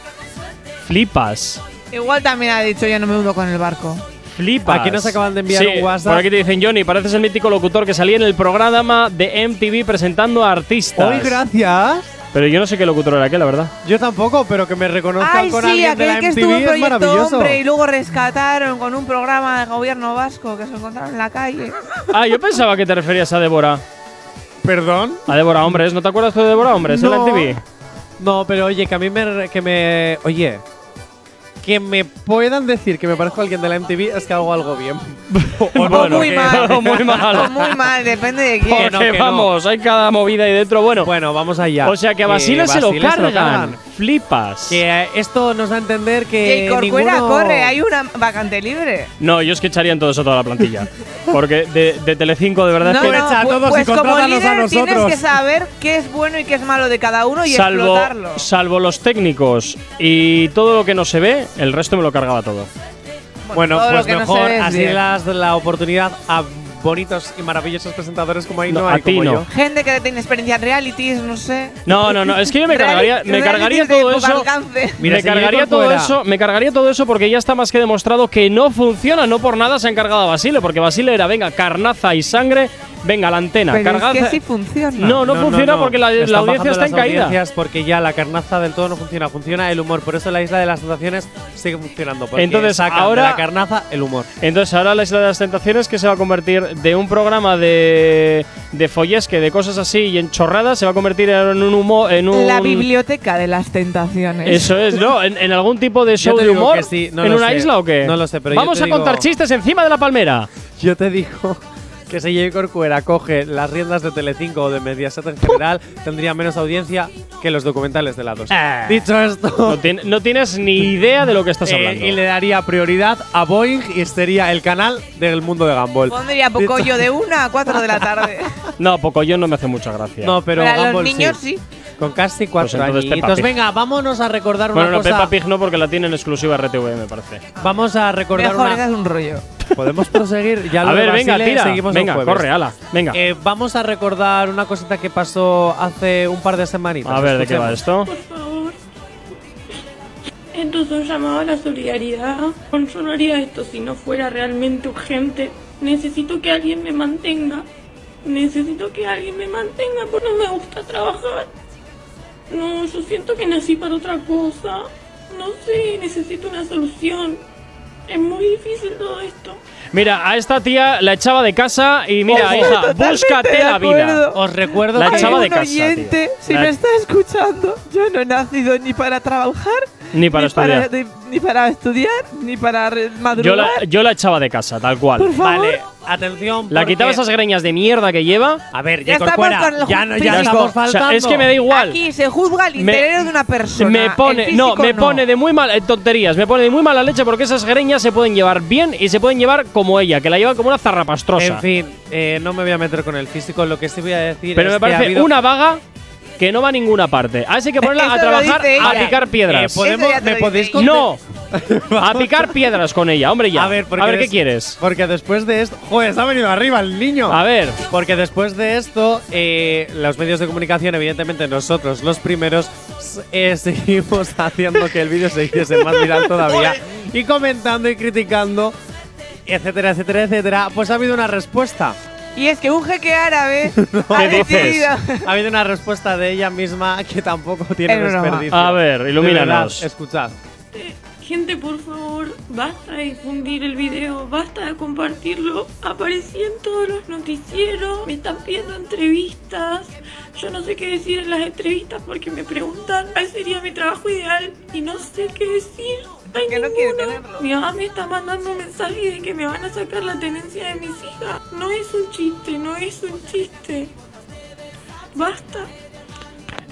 S3: flipas.
S4: Igual también ha dicho yo no me hundo con el barco.
S3: Flipas.
S5: Aquí nos acaban de enviar
S3: Sí,
S5: un WhatsApp.
S3: Por aquí te dicen, Johnny, pareces el mítico locutor que salía en el programa de MTV presentando a artistas.
S5: Hoy, gracias.
S3: Pero yo no sé qué locutor era aquel, la verdad.
S5: Yo tampoco, pero que me reconozcan
S4: Ay,
S5: con
S4: sí,
S5: alguien de
S4: aquel
S5: la
S4: que
S5: MTV
S4: estuvo en
S5: es
S4: Proyecto
S5: maravilloso.
S4: Hombre y luego rescataron con un programa de gobierno vasco que se encontraron en la calle.
S5: Pues
S3: Ah, yo pensaba que te referías a Débora.
S5: Perdón.
S3: A Débora Hombres, ¿no te acuerdas tú de Débora Hombres en
S5: No.
S3: la MTV?
S5: No, pero oye, que a mí me. re- Que me oye. Que me puedan decir que me parezco a alguien de la MTV es que hago algo bien.
S3: O
S4: o muy mal.
S3: o muy mal.
S4: O muy mal, depende de
S3: Porque
S4: quién.
S5: no, que no.
S3: vamos, hay cada movida ahí dentro. Bueno,
S5: Bueno, vamos allá.
S3: o sea que a
S5: Que
S3: Basile, se, lo
S5: Basile
S3: cargan. Flipas.
S5: Que eh, esto nos da a entender que.
S4: Y Corcuera
S5: ninguno-
S4: corre, hay una vacante libre.
S3: No, yo es que echaría entonces a toda la plantilla. Porque de, de Telecinco, de verdad,
S4: No,
S3: es que
S5: echa
S4: no,
S5: a todos
S4: pu-
S5: y
S4: pues como
S5: contrátanos a
S4: líder tienes
S5: nosotros.
S4: que saber qué es bueno y qué es malo de cada uno y
S3: salvo,
S4: explotarlo.
S3: salvo los técnicos y todo lo que no se ve, el resto me lo cargaba todo.
S5: Bueno,
S4: todo lo
S5: pues
S4: que no se
S5: mejor
S4: ve es
S5: así
S4: bien.
S5: das la oportunidad a bonitos y maravillosos presentadores como ahí
S3: No,
S5: no,
S3: a
S5: hay
S3: ti
S5: como
S3: no.
S5: yo.
S4: Gente que tiene experiencia en realities, no sé.
S3: No, no, no, es que yo me cargaría, me
S4: Reali-
S3: cargaría
S4: realities de
S3: todo
S4: poco
S3: eso.
S4: alcance.
S5: Mira,
S3: me
S5: señor
S3: cargaría todo
S5: Corcuera.
S3: eso, me cargaría todo eso porque ya está más que demostrado que no funciona, no por nada se ha encargado a Basile, porque Basile era, venga, carnaza y sangre, venga, la antena,
S4: Pero es
S3: cargaza.
S4: que sí funciona.
S3: No, no, funciona porque la, la
S5: Están
S3: audiencia está
S5: bajando
S3: en
S5: las
S3: caída.
S5: audiencias Porque ya la carnaza del todo no funciona, funciona el humor. Por eso la isla de las tentaciones sigue funcionando. Porque
S3: Entonces,
S5: sacan
S3: ahora-
S5: de la carnaza el humor.
S3: Entonces ahora la Isla de las Tentaciones que se va a convertir de un programa de, de follesque, de cosas así y en chorradas, se va a convertir en un humo, en un...
S4: La biblioteca de las tentaciones.
S3: Eso es, ¿no? ¿En, en algún tipo de show
S5: ¿Eh? te
S3: de
S5: digo
S3: humor?
S5: que sí, no
S3: ¿En
S5: lo
S3: una
S5: sé.
S3: isla o qué?
S5: No lo sé, pero yo
S3: Vamos
S5: te
S3: a contar
S5: digo-
S3: chistes encima de la palmera.
S5: Yo te digo que si Jay Corcuera coge las riendas de Telecinco o de Mediaset en general, tendría menos audiencia que los documentales de la 2.
S3: Ah.
S5: Dicho esto,
S3: No, tien- no tienes ni idea de lo que estás
S5: eh,
S3: hablando.
S5: y le daría prioridad a Boeing y sería el canal del mundo de Gumball.
S4: Pondría Pocoyo de 1 a 4 de la tarde.
S3: No, poco yo no me hace mucha gracia.
S5: No, pero
S4: Para los
S5: Gumball
S4: niños sí.
S5: Con casi cuatro
S3: Pues entonces Peppa
S5: añitos.
S3: Pig.
S5: Venga, vámonos a recordar
S3: bueno,
S5: una
S3: no,
S5: cosa.
S3: Peppa Pig no, porque la tiene en exclusiva RTV, me parece.
S5: Vamos a recordar
S4: Mejor
S5: una.
S4: es un rollo.
S5: Podemos proseguir. Ya lo
S3: a
S5: de
S3: ver, venga,
S5: Basile
S3: tira.
S5: Seguimos el
S3: Venga,
S5: jueves.
S3: corre, ala. Venga.
S5: Eh, vamos a recordar una cosita que pasó hace un par de semanitas.
S3: a ver, ¿de qué va
S5: Escuchemos.
S3: esto?
S8: Por favor. Entonces un llamado a la solidaridad. Bueno, Yo no haría esto si no fuera realmente urgente. Necesito que alguien me mantenga. Necesito que alguien me mantenga porque no me gusta trabajar. No, yo siento que nací para otra cosa. No sé, necesito una solución. Es muy difícil todo esto.
S3: Mira, a esta tía la echaba de casa y mira,
S4: Ojo,
S3: hija,
S4: totalmente
S3: búscate
S4: de
S3: la vida.
S4: acuerdo.
S5: Os recuerdo
S3: La
S5: que-
S3: chava de
S4: Hay un
S3: casa,
S4: oyente,
S3: tío.
S4: si
S3: La-
S4: me está escuchando, yo no he nacido ni para trabajar,
S3: Ni para estudiar.
S4: ni, ni para estudiar, ni para re-
S3: Yo
S4: madrugar.
S3: la, yo la echaba de casa, tal cual.
S4: Por favor.
S5: Vale, atención.
S3: La
S5: porque-
S3: quitaba esas greñas de mierda que lleva.
S5: A ver,
S4: Ya
S5: ya
S4: estamos con el
S5: ya, no- ya
S4: físico.
S5: estamos
S3: O sea,
S5: faltando.
S3: es que me da igual.
S4: Aquí se juzga el
S3: Me-
S4: interior de una persona.
S3: Me
S4: el
S3: pone, no,
S4: físico
S3: me pone de muy mal, eh, tonterías, me pone de muy mala leche porque esas greñas se pueden llevar bien y se pueden llevar como ella, que la lleva como una zarrapastrosa.
S5: En fin, eh, no me voy a meter con el físico. Lo que sí voy a decir
S3: Pero
S5: es
S3: me
S5: que ha
S3: parece
S5: habido-
S3: una vaga que no va a ninguna parte. Así que ponerla
S4: Eso
S3: a
S4: lo
S3: trabajar,
S4: dice
S3: a
S4: ella.
S3: picar piedras.
S5: Eh, podemos-
S4: Eso ya te
S5: ¿Me
S4: lo
S5: podéis
S4: dice
S5: con-
S3: no, a picar piedras con ella, hombre ya.
S5: A ver, porque
S3: ¿qué
S5: des-
S3: quieres?
S5: Porque después de esto. Joder, se ha venido arriba el niño.
S3: A ver,
S5: Porque después de esto, eh, los medios de comunicación, evidentemente nosotros los primeros, s- eh, seguimos haciendo que el vídeo se hiciese más viral todavía. y comentando y criticando, etcétera, etcétera, etcétera, pues ha habido una respuesta.
S4: Y es que un jeque árabe ha
S3: ¿Qué dices?
S4: decidido.
S5: Ha habido una respuesta de ella misma que tampoco tiene
S4: Es broma.
S5: desperdicio.
S3: A ver,
S5: De
S3: ilumínanos. Pues
S5: verdad, Escuchad.
S8: Eh, Gente, por favor, basta de difundir el video, basta de compartirlo. Aparecí en todos los noticieros, me están pidiendo entrevistas. Yo no sé qué decir en las entrevistas porque me preguntan cuál sería mi trabajo ideal y no sé qué decir. No hay
S4: Que no quiere
S8: ninguno.
S4: tenerlo.
S8: Mi mamá me está mandando un mensaje de que me van a sacar la tenencia de mis hijas. No es un chiste, no es un chiste. Basta.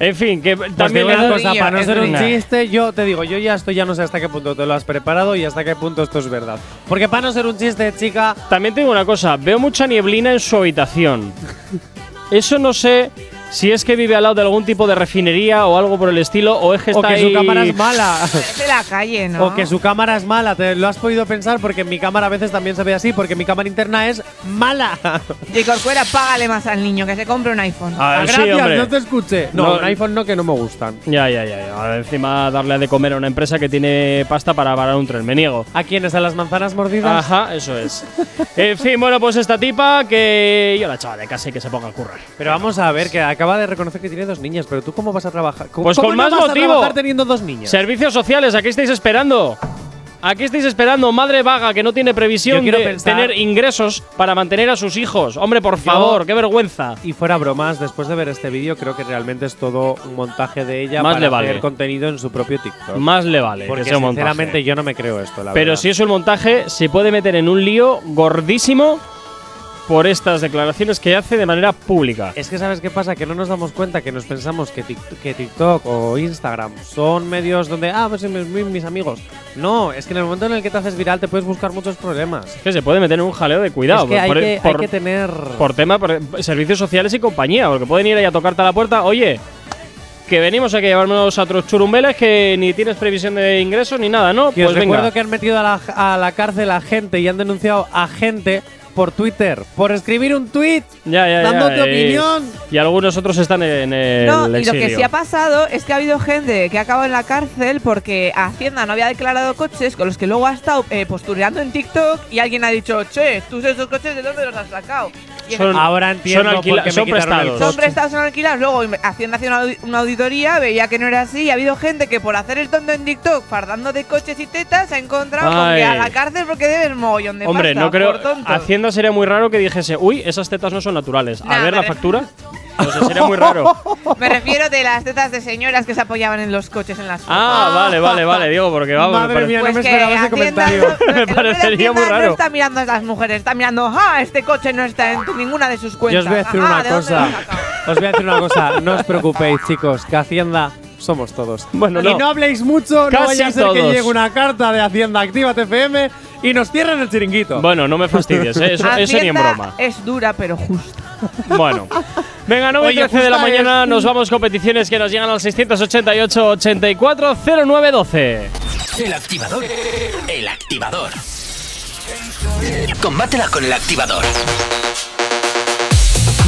S3: En fin, que
S5: Pues
S3: también
S5: te digo
S3: le-
S5: una cosa,
S4: brilla,
S5: para no
S4: es
S5: ser un
S3: brilla.
S5: chiste, yo te digo, yo ya esto ya no sé hasta qué punto te lo has preparado y hasta qué punto esto es verdad. Porque para no ser un chiste, chica,
S3: También te digo una cosa, veo mucha nieblina en su habitación. Eso no sé si es que vive al lado de algún tipo de refinería o algo por el estilo, o es que
S5: o
S3: está
S5: que su
S3: ahí-
S5: cámara es mala.
S4: Es de la calle, ¿no?
S5: O que su cámara es mala, te lo has podido pensar porque en mi cámara a veces también se ve así, porque mi cámara interna es mala.
S4: Y Corcuera, págale más al niño, que se compre un iPhone.
S3: A ver, Ah, sí,
S5: Gracias,
S3: hombre.
S5: no te escuché. No,
S3: No,
S5: un iPhone no que no me gustan.
S3: Ya, ya, ya, ya. Ahora Encima darle de comer a una empresa que tiene pasta para parar un tren, me niego.
S5: ¿A quiénes? ¿A las manzanas mordidas?
S3: Ajá, eso es. en fin, bueno, pues esta tipa que yo la echaba de casa y que se ponga a currar.
S5: Pero vamos a ver, que acaba de reconocer que tiene dos niñas, pero tú cómo vas a trabajar. ¿Cómo-
S3: Pues
S5: cómo
S3: con
S5: no
S3: más
S5: vas a
S3: motivo.
S5: trabajar teniendo dos niñas.
S3: Servicios sociales, aquí estáis esperando. Aquí estáis esperando, madre vaga que no tiene
S5: Yo
S3: previsión de
S5: quiero pensar-
S3: tener ingresos para mantener a sus hijos. Hombre, por favor, qué vergüenza.
S5: Y fuera bromas, después de ver este vídeo, creo que realmente es todo un montaje de ella
S3: Más
S5: para
S3: le vale.
S5: hacer contenido en su propio TikTok.
S3: Más le vale.
S5: porque
S3: que sea un montaje.
S5: sinceramente yo no me creo esto, la
S3: Pero
S5: verdad.
S3: si es un montaje, se puede meter en un lío gordísimo por estas declaraciones que hace de manera pública.
S5: Es que sabes qué pasa, que no nos damos cuenta, que nos pensamos que, Tik- que TikTok o Instagram son medios donde, ah, pues sí, mis, mis- mis amigos. No, es que en el momento en el que te haces viral te puedes buscar muchos problemas.
S3: Es que se puede meter en un jaleo de cuidado.
S5: es que hay,
S3: por, e-
S5: que, hay
S3: por-
S5: que tener...
S3: por tema, por servicios sociales y compañía, porque pueden ir ahí a tocarte a la puerta, oye, que venimos aquí a llevarnos a otros churumbeles que ni tienes previsión de ingresos ni nada, ¿no?
S5: que os
S3: pues
S5: recuerdo
S3: venga.
S5: que han metido a la, a la cárcel a gente y han denunciado a gente por Twitter, por escribir un tweet.
S3: Ya, ya, ya,
S5: dando tu
S3: y-
S5: opinión.
S3: Y algunos otros están en el
S4: No, y lo
S3: exilio.
S4: que sí ha pasado es que ha habido gente que ha acabado en la cárcel porque Hacienda no había declarado coches con los que luego ha estado eh, postureando en TikTok y alguien ha dicho, che, tú esos coches de dónde los has sacado. Y
S3: Son-
S5: Ahora entiendo
S3: alquila-
S5: por qué me
S3: son
S5: quitaron el
S3: prestados.
S4: son
S5: coche.
S4: prestados, son alquilados. Luego inve- Hacienda hacía una, audi- una auditoría, veía que no era así y ha habido gente que por hacer el tonto en TikTok, fardando de coches y tetas, se ha encontrado con
S3: Ay.
S4: que a la cárcel porque debe un mogollón de
S3: Hombre,
S4: pasta,
S3: no creo.
S4: por tonto.
S3: Hacienda sería muy raro que dijese, uy, esas tetas no son naturales. a
S4: Nah,
S3: ver la
S4: pero-
S3: factura. No sé, sería muy raro.
S4: Me refiero de las tetas de señoras que se apoyaban en los coches en las Pues
S3: Ah, vale, vale, vale, digo, porque vamos.
S5: Madre
S3: me parece-
S5: mía, no me
S4: que
S5: esperaba ese
S4: Hacienda
S5: comentario.
S4: no- no-
S3: Me
S4: el hombre de
S3: parecería
S4: Hacienda
S3: muy raro.
S4: No está mirando a las mujeres, está mirando, ah, este coche no está en ninguna de sus
S5: Yo
S4: cuentas.
S5: os voy a decir
S4: Ah,
S5: una
S4: ¿de dónde lo
S5: cosa.
S4: has sacado?
S5: Os voy a decir una cosa. No os preocupéis, chicos, que Hacienda somos todos.
S3: Bueno,
S5: Y
S3: no.
S5: no habléis mucho, no
S3: Casi
S5: vaya a ser que
S3: todos.
S5: llegue una carta de Hacienda Activa TFM y nos cierren el chiringuito.
S3: Bueno, no me fastidies, ¿eh? eso, eso ni en
S4: Hacienda
S3: broma.
S4: Es dura, pero justa.
S3: Bueno. Venga, 9 y
S5: Oye, eh.
S3: 13 de la
S5: justa es.
S3: mañana nos vamos con peticiones que nos llegan al 688-840912.
S2: El activador. El activador. Combátela con el activador.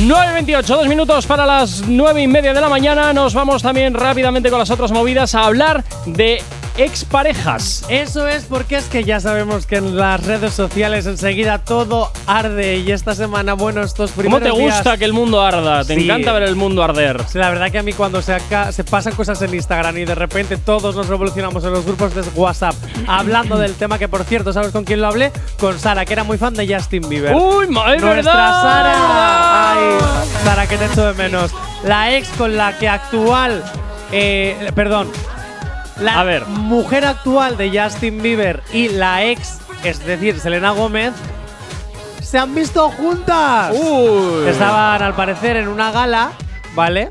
S3: 9.28, dos minutos para las 9 y media de la mañana. Nos vamos también rápidamente con las otras movidas a hablar de exparejas.
S5: Eso es porque es que ya sabemos que en las redes sociales enseguida todo arde y esta semana, bueno, estos
S3: ¿Cómo
S5: primeros
S3: te gusta
S5: días-
S3: que el mundo arda? Te
S5: Sí.
S3: encanta ver el mundo arder.
S5: Sí, La verdad que a mí cuando se, acá- se pasan cosas en Instagram y de repente todos nos revolucionamos en los grupos de WhatsApp hablando del tema que, por cierto, ¿sabes con quién lo hablé? Con Sara, que era muy fan de Justin Bieber.
S3: ¡Uy, ma- es
S5: Nuestra
S3: verdad!
S5: Sara. Ay, Sara, que te echo de menos. La ex con la que actual. eh, perdón. La
S3: A ver.
S5: mujer actual de Justin Bieber y la ex, es decir, Selena Gómez, se han visto juntas.
S3: ¡Uy!
S5: Estaban al parecer en una gala, ¿vale?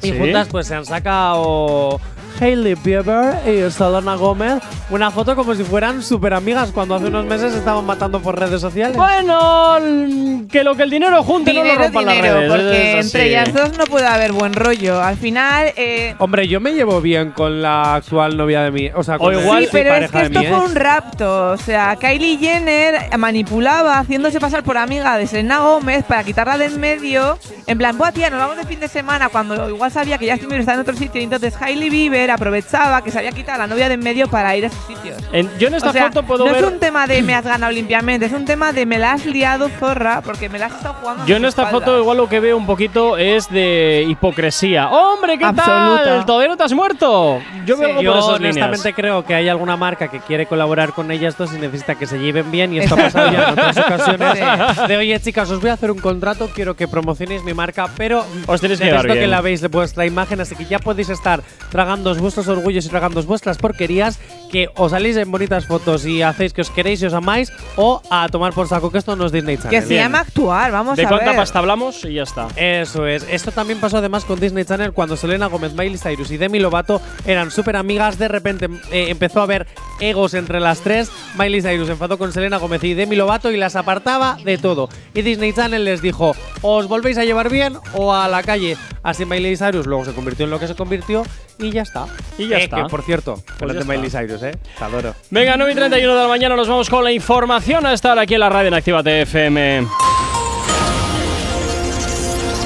S5: Y
S3: Sí.
S5: juntas pues se han sacado Hailey Bieber y Selena Gómez una foto como si fueran súper amigas cuando hace unos meses estaban matando por redes sociales.
S3: Bueno, l- que lo que el dinero junte no lo
S4: Dinero,
S3: rompan las
S4: dinero,
S3: redes.
S4: porque
S3: es así.
S4: entre ellas dos no puede haber buen rollo. Al final, eh,
S5: Hombre, yo me llevo bien con la actual novia de mi, o sea, con
S3: O
S5: la
S3: igual-
S4: sí,
S5: ex
S4: pero es
S5: pareja
S4: que
S5: de mi
S4: esto fue
S3: ¿eh?
S5: ex.
S4: un rapto. O sea, Kylie Jenner manipulaba haciéndose pasar por amiga de Selena Gómez para quitarla de en medio. En plan, buah, tía, nos vamos de fin de semana cuando igual sabía que Justin Bieber está en otro sitio. Y entonces Hailey Bieber mujer aprovechaba que se había quitado a la novia de en medio para ir a sus sitios.
S3: En- yo en esta
S4: O sea,
S3: foto puedo
S4: no
S3: ver.
S4: es un tema de me has ganado limpiamente, es un tema de me la has liado zorra porque me la has estado jugando. a
S3: Yo
S4: mis
S3: en esta
S4: espaldas.
S3: foto igual lo que veo un poquito es de hipocresía. ¡Hombre, qué
S4: Absoluta.
S3: tal! ¿Todavía no te has muerto? Yo veo algo
S5: Yo
S3: por esas
S5: honestamente
S3: líneas.
S5: creo que hay alguna marca que quiere colaborar con ellas dos y necesita que se lleven bien y esto ha pasado ya en otras ocasiones. De oye chicas, os voy a hacer un contrato, quiero que promocionéis mi marca, pero
S3: Os tenéis que
S5: necesito
S3: llevar bien.
S5: que la veis de vuestra imagen, así que ya podéis estar tragando vuestros orgullos y tragando vuestras porquerías, que os salís en bonitas fotos y hacéis que os queréis y os amáis, o a tomar por saco que esto no es Disney Channel.
S4: Que se
S3: Bien.
S4: llama actuar, vamos
S3: ¿De
S4: a
S3: cuánta
S4: ver.
S3: pasta hablamos? Y ya está.
S5: Eso es. Esto también pasó además con Disney Channel cuando Selena Gómez, Miley Cyrus y Demi Lovato eran súper amigas. De repente eh, empezó a haber egos entre las tres. Miley Cyrus se enfadó con Selena Gómez y Demi Lovato y las apartaba de todo. Y Disney Channel les dijo, os volvéis a llevar bien o a la calle. Así Miley Cyrus luego se convirtió en lo que se convirtió y ya está.
S3: Y ya
S5: Eh,
S3: está. Pues
S5: que, por cierto,
S3: ya
S5: grande
S3: está.
S5: Miley Cyrus, ¿eh? Te adoro.
S3: Venga, 9 y 31 de la mañana nos vamos con la información a estar aquí en la radio en Actívate FM.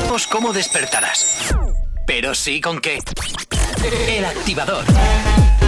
S2: Pues cómo despertarás. Pero sí con qué. El activador.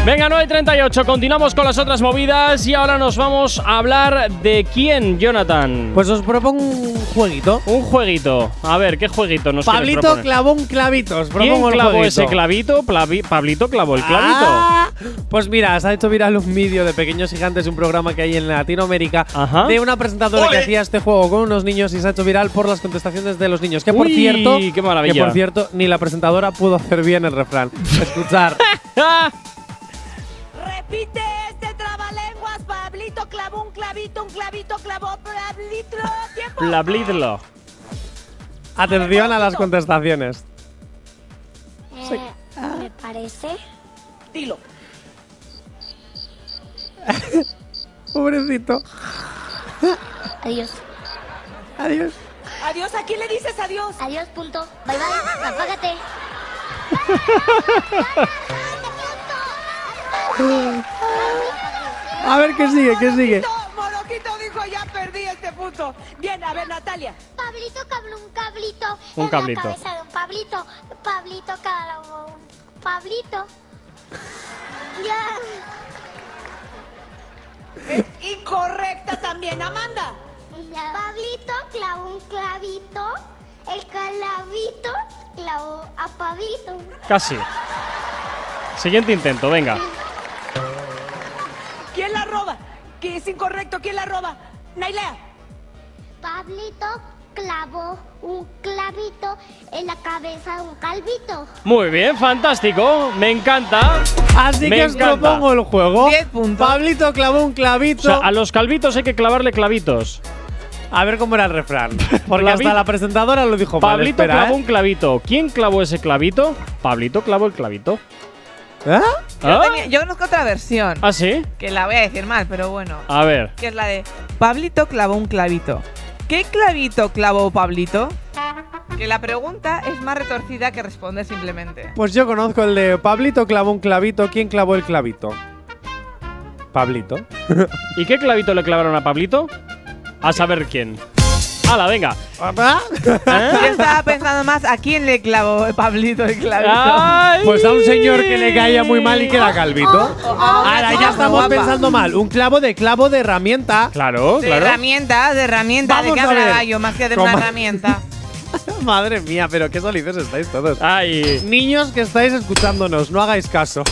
S3: Venga, 9 y 38, continuamos con las otras movidas y ahora nos vamos a hablar de quién, Jonathan.
S5: Pues os propongo un jueguito.
S3: un jueguito. A ver, ¿qué jueguito nos quieres
S5: Pablito
S3: proponer?
S5: clavó un clavito. Os
S3: ¿Quién
S5: propongo el
S3: clavó
S5: jueguito.
S3: ese clavito? Plavi- Pablito clavó el clavito.
S5: Ah, pues mira, se ha hecho viral un vídeo de Pequeños Gigantes, un programa que hay en Latinoamérica,
S3: Ajá.
S5: de una presentadora que hacía este juego con unos niños y se ha hecho viral por las contestaciones de los niños. Que por
S3: Uy,
S5: cierto,
S3: qué maravilla.
S5: que por cierto, ni la presentadora pudo hacer bien el refrán. Escuchar.
S3: Ah,
S9: Repite este trabalenguas, Pablito clavó un clavito, un clavito clavó, Pablito, tiempo.
S3: Blablidlo.
S5: Atención a las contestaciones.
S9: Me parece. Dilo.
S5: Pobrecito.
S10: Adiós.
S5: Adiós.
S9: Adiós, ¿a quién le dices adiós?
S10: Adiós, punto. Bye bye. Apágate.
S5: A ver qué sigue, qué sigue.
S9: No, Moroquito dijo, ya perdí este punto. Bien, a ver, Natalia.
S10: Pablito cabló un cablito.
S3: Un
S10: en
S3: cablito.
S10: La cabeza de un Pablito. Pablito cabló un Pablito. Ya.
S9: Es incorrecta también, Amanda.
S10: Pablito clavó un clavito. El clavito clavó a Pablito.
S3: Casi. Siguiente intento, venga.
S9: ¿Quién la roba? ¿Qué es incorrecto? ¿Quién la roba? Nailea.
S10: Pablito clavó un clavito en la cabeza de un calvito.
S3: Muy bien, fantástico. Me encanta.
S5: Así
S3: Me
S5: que os
S3: encanta.
S5: propongo el juego.
S4: Diez puntos.
S5: Pablito clavó un
S3: O
S5: clavito.
S3: sea, a los calvitos hay que clavarle clavitos.
S5: a ver cómo era el refrán. Porque
S3: Clavi-
S5: hasta la presentadora lo dijo mal.
S3: Pablito
S5: Espera,
S3: clavó
S5: ¿eh?
S3: un clavito. ¿Quién clavó ese clavito? Pablito clavó el clavito.
S5: ¿Ah?
S4: Yo,
S3: ¿Ah?
S4: tenía- yo conozco otra versión,
S3: ¿Ah, sí?
S4: que la voy a decir mal, pero bueno.
S3: A ver.
S4: Que es la de Pablito clavó un clavito. ¿Qué clavito clavó Pablito? Que la pregunta es más retorcida que responder simplemente.
S5: Pues yo conozco el de Pablito clavó un clavito. ¿Quién clavó el clavito? Pablito.
S3: ¿Y qué clavito le clavaron a Pablito? A saber quién. ¡Hala, venga!
S5: Ah.
S4: Yo estaba pensando más a quién le clavó Pablito el clavito.
S3: ¡Ay!
S5: Pues a un señor que le caía muy mal y queda calvito. Ahora ya estamos
S4: guapa.
S5: pensando mal. Un clavo de clavo de herramienta.
S3: Claro,
S4: De
S3: claro.
S4: herramienta, de herramienta,
S5: Vamos
S4: de
S5: a
S4: qué
S5: ver.
S4: hablaba yo más que de una
S5: Coma.
S4: herramienta.
S5: Madre mía, pero qué solices estáis todos.
S3: Ay,
S5: Niños que estáis escuchándonos, no hagáis caso.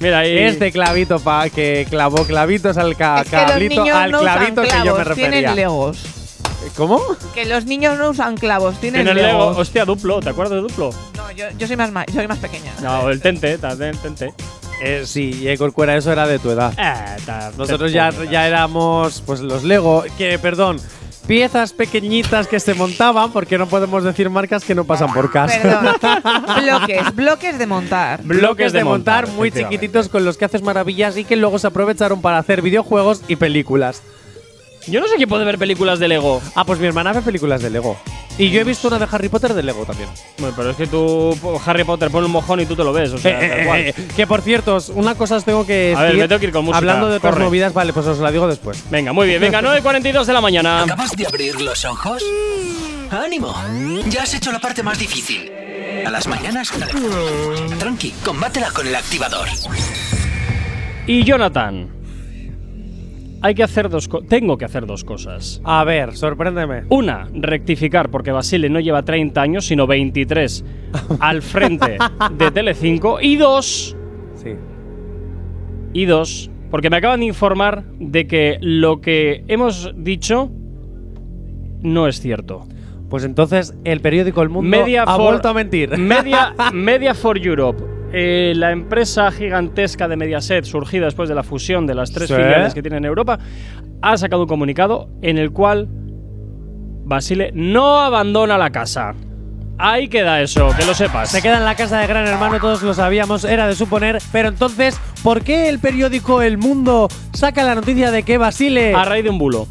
S3: mira ahí.
S5: Este clavito pa que clavó clavitos al ca-
S4: Es que los
S5: cablito-
S4: niños
S5: al
S4: no usan
S5: clavito que yo me
S4: clavos,
S5: refería.
S4: tienen legos.
S5: ¿Cómo?
S4: Que los niños no usan clavos, tienen
S3: En el Lego.
S4: legos.
S3: Hostia, duplo. ¿Te acuerdas de duplo?
S4: No, yo, yo soy más ma- soy más pequeña.
S3: No, el tente, ta- ten- tente.
S5: Eh, sí, eh, Corcuera, eso era de tu edad.
S3: Ah, ta-
S5: Nosotros
S3: te
S5: ya,
S3: pones.
S5: ya éramos pues los Lego, que perdón, piezas pequeñitas que se montaban, porque no podemos decir marcas que no pasan por casa.
S4: Perdón. bloques, bloques de montar.
S3: Bloques de montar,
S5: muy
S3: efectivamente.
S5: chiquititos con los que haces maravillas y que luego se aprovecharon para hacer videojuegos y películas.
S3: Yo no sé quién puede ver películas de Lego.
S5: Ah, pues mi hermana ve películas de Lego. Y yo he visto una de Harry Potter de Lego también.
S3: Bueno, pero es que tú, po- Harry Potter, pone un mojón y tú te lo ves. O sea,
S5: Eh, eh,
S3: tal cual.
S5: eh, eh, que por cierto, os- una cosa os tengo que
S3: A ver,
S5: decir.
S3: me tengo que ir con música,
S5: Hablando de otras
S3: corre.
S5: movidas, vale, pues os la digo después.
S3: Venga, muy bien. Venga, 9.42 de la mañana.
S2: ¿Acabas de abrir los ojos? ¡Ánimo! Ya has hecho la parte más difícil. A las mañanas, tranqui, combátela con el activador.
S3: Y Jonathan. Hay que hacer dos co- Tengo que hacer dos cosas.
S5: A ver, sorpréndeme.
S3: Una, rectificar, porque Basile no lleva 30 años, sino 23 al frente de Telecinco. Y dos,
S5: Sí.
S3: y dos, porque me acaban de informar de que lo que hemos dicho no es cierto.
S5: Pues entonces el periódico El Mundo
S3: Media
S5: ha
S3: for-
S5: vuelto a mentir.
S3: Media, Media for Europe, eh, la empresa gigantesca de Mediaset, surgida después de la fusión de las tres
S5: Sí.
S3: filiales que tiene en Europa, ha sacado un comunicado en el cual Basile no abandona la casa. Ahí queda eso, que lo sepas.
S5: Se queda en la casa de Gran Hermano, todos lo sabíamos, era de suponer. Pero entonces, ¿por qué el periódico El Mundo saca la noticia de que Basile.
S3: a raíz de un bulo.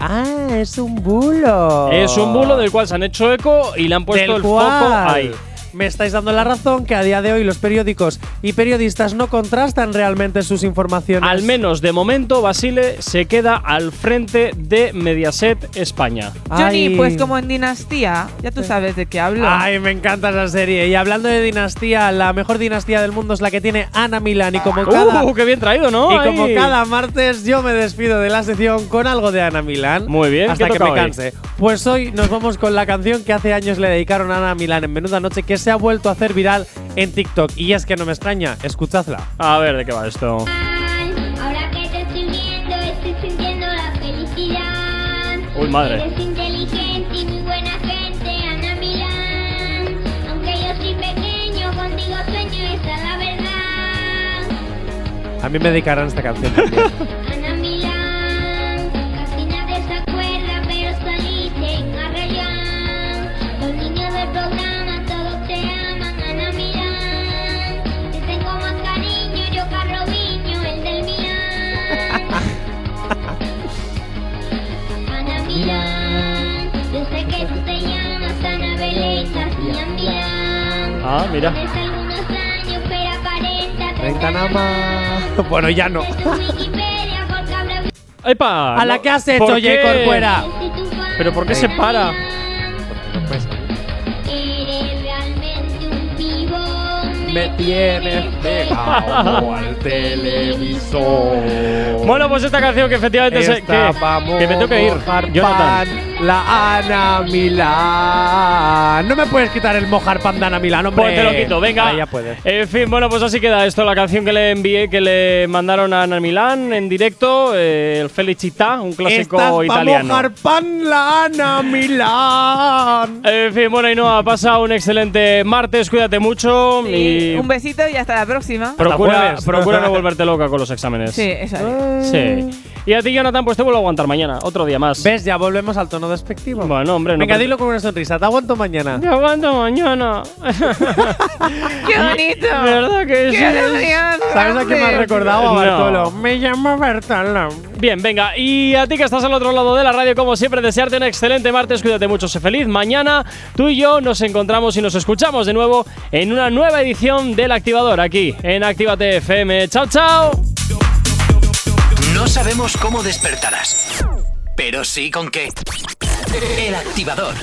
S5: ah, es un bulo.
S3: Es un bulo del cual se han hecho eco y le han puesto
S5: Ah. Del
S3: el foco
S5: cual
S3: ahí.
S5: Me estáis dando la razón que a día de hoy los periódicos y periodistas no contrastan realmente sus informaciones.
S3: Al menos de momento, Basile se queda al frente de Mediaset España.
S4: Johnny,
S5: Ay.
S4: pues como en Dinastía, ya tú sabes de qué hablo.
S5: Ay, me encanta esa serie. Y hablando de dinastía, la mejor dinastía del mundo es la que tiene Ana Milán. Y como cada,
S3: ¡Uh, qué bien traído, ¿no?
S5: y como
S3: Ahí.
S5: cada martes, yo me despido de la sección con algo de Ana Milán.
S3: Muy bien,
S5: Hasta
S3: ¿qué
S5: que
S3: toca
S5: me
S3: hoy?
S5: canse. Pues hoy nos vamos con la canción que hace años le dedicaron a Ana Milán en Menuda Noche, que se ha vuelto a hacer viral en TikTok. Y es que no me extraña, escuchadla.
S3: A ver, ¿de qué va esto?
S10: Ahora que te estoy viendo, estoy sintiendo la felicidad.
S3: Uy, madre.
S10: Eres inteligente y muy buena gente, Ana Milán. Aunque yo soy pequeño, contigo sueño, esa es la verdad.
S5: A mí me dedicarán esta canción. también.
S10: Ana Milán, casi nadie se acuerda, pero saliste en Arrayán. Los niños del programa, todos te aman, Ana Milán. Te tengo más cariño, yo Carrobiño, el del Milán. Ana Milán, yo sé que tú te llamas Ana Belén, Ana Milán.
S3: Ah, mira.
S10: Hace algunos años, pero aparenta
S5: Ventana más. Bueno, ya no.
S10: en tu Wikipedia, porque habrá
S3: ¡Epa!
S5: A la
S3: No-
S5: que has
S3: ¿Por
S5: hecho, J.
S3: qué?
S5: Corcuera.
S3: ¿Pero por qué se para?
S10: Eres realmente un pibón.
S5: Me tienes pegado al televisor.
S3: Bueno, pues esta canción que efectivamente se. Que,
S5: Estábamos
S3: que me tengo que ir.
S5: mojar
S3: Jonathan.
S5: pan, la Ana Milán. No me puedes quitar el mojar pan de Ana Milán, hombre.
S3: Pues te lo quito, venga.
S5: Ahí ya puedes.
S3: En fin, bueno, pues así queda esto, la canción que le envié, que le mandaron a Ana Milán en directo, eh, el Felicità, un clásico
S5: Estás pa'
S3: italiano.
S5: mojar pan, la Ana Milán.
S3: En fin, bueno, Ainhoa, pasa un excelente martes, cuídate mucho
S4: Sí,
S3: y
S4: un besito y hasta la próxima.
S3: procura,
S5: jueves.
S3: procura no volverte loca con los exámenes.
S4: Sí, eso es.
S3: Sí. Y a ti, Jonathan, pues te vuelvo a aguantar mañana, otro día más.
S5: ¿Ves? Ya volvemos al tono despectivo.
S3: Bueno, hombre, no.
S5: venga,
S3: pero-
S5: dilo con una sonrisa. Te aguanto mañana.
S3: Te aguanto mañana.
S4: ¡Qué bonito!
S3: ¿Verdad que sí?
S4: ¡Qué alegría!
S5: ¿Sabes a quién me has
S4: grande!
S5: recordado? A
S3: No.
S5: Bartolo. Me llamo Bartolo.
S3: Bien, venga, y a ti que estás al otro lado de la radio, como siempre, desearte un excelente martes, cuídate mucho, sé feliz. Mañana tú y yo nos encontramos y nos escuchamos de nuevo en una nueva edición del Activador aquí en Actívate FM. ¡Chao, chao!
S2: No sabemos cómo despertarás, pero sí con qué. El activador.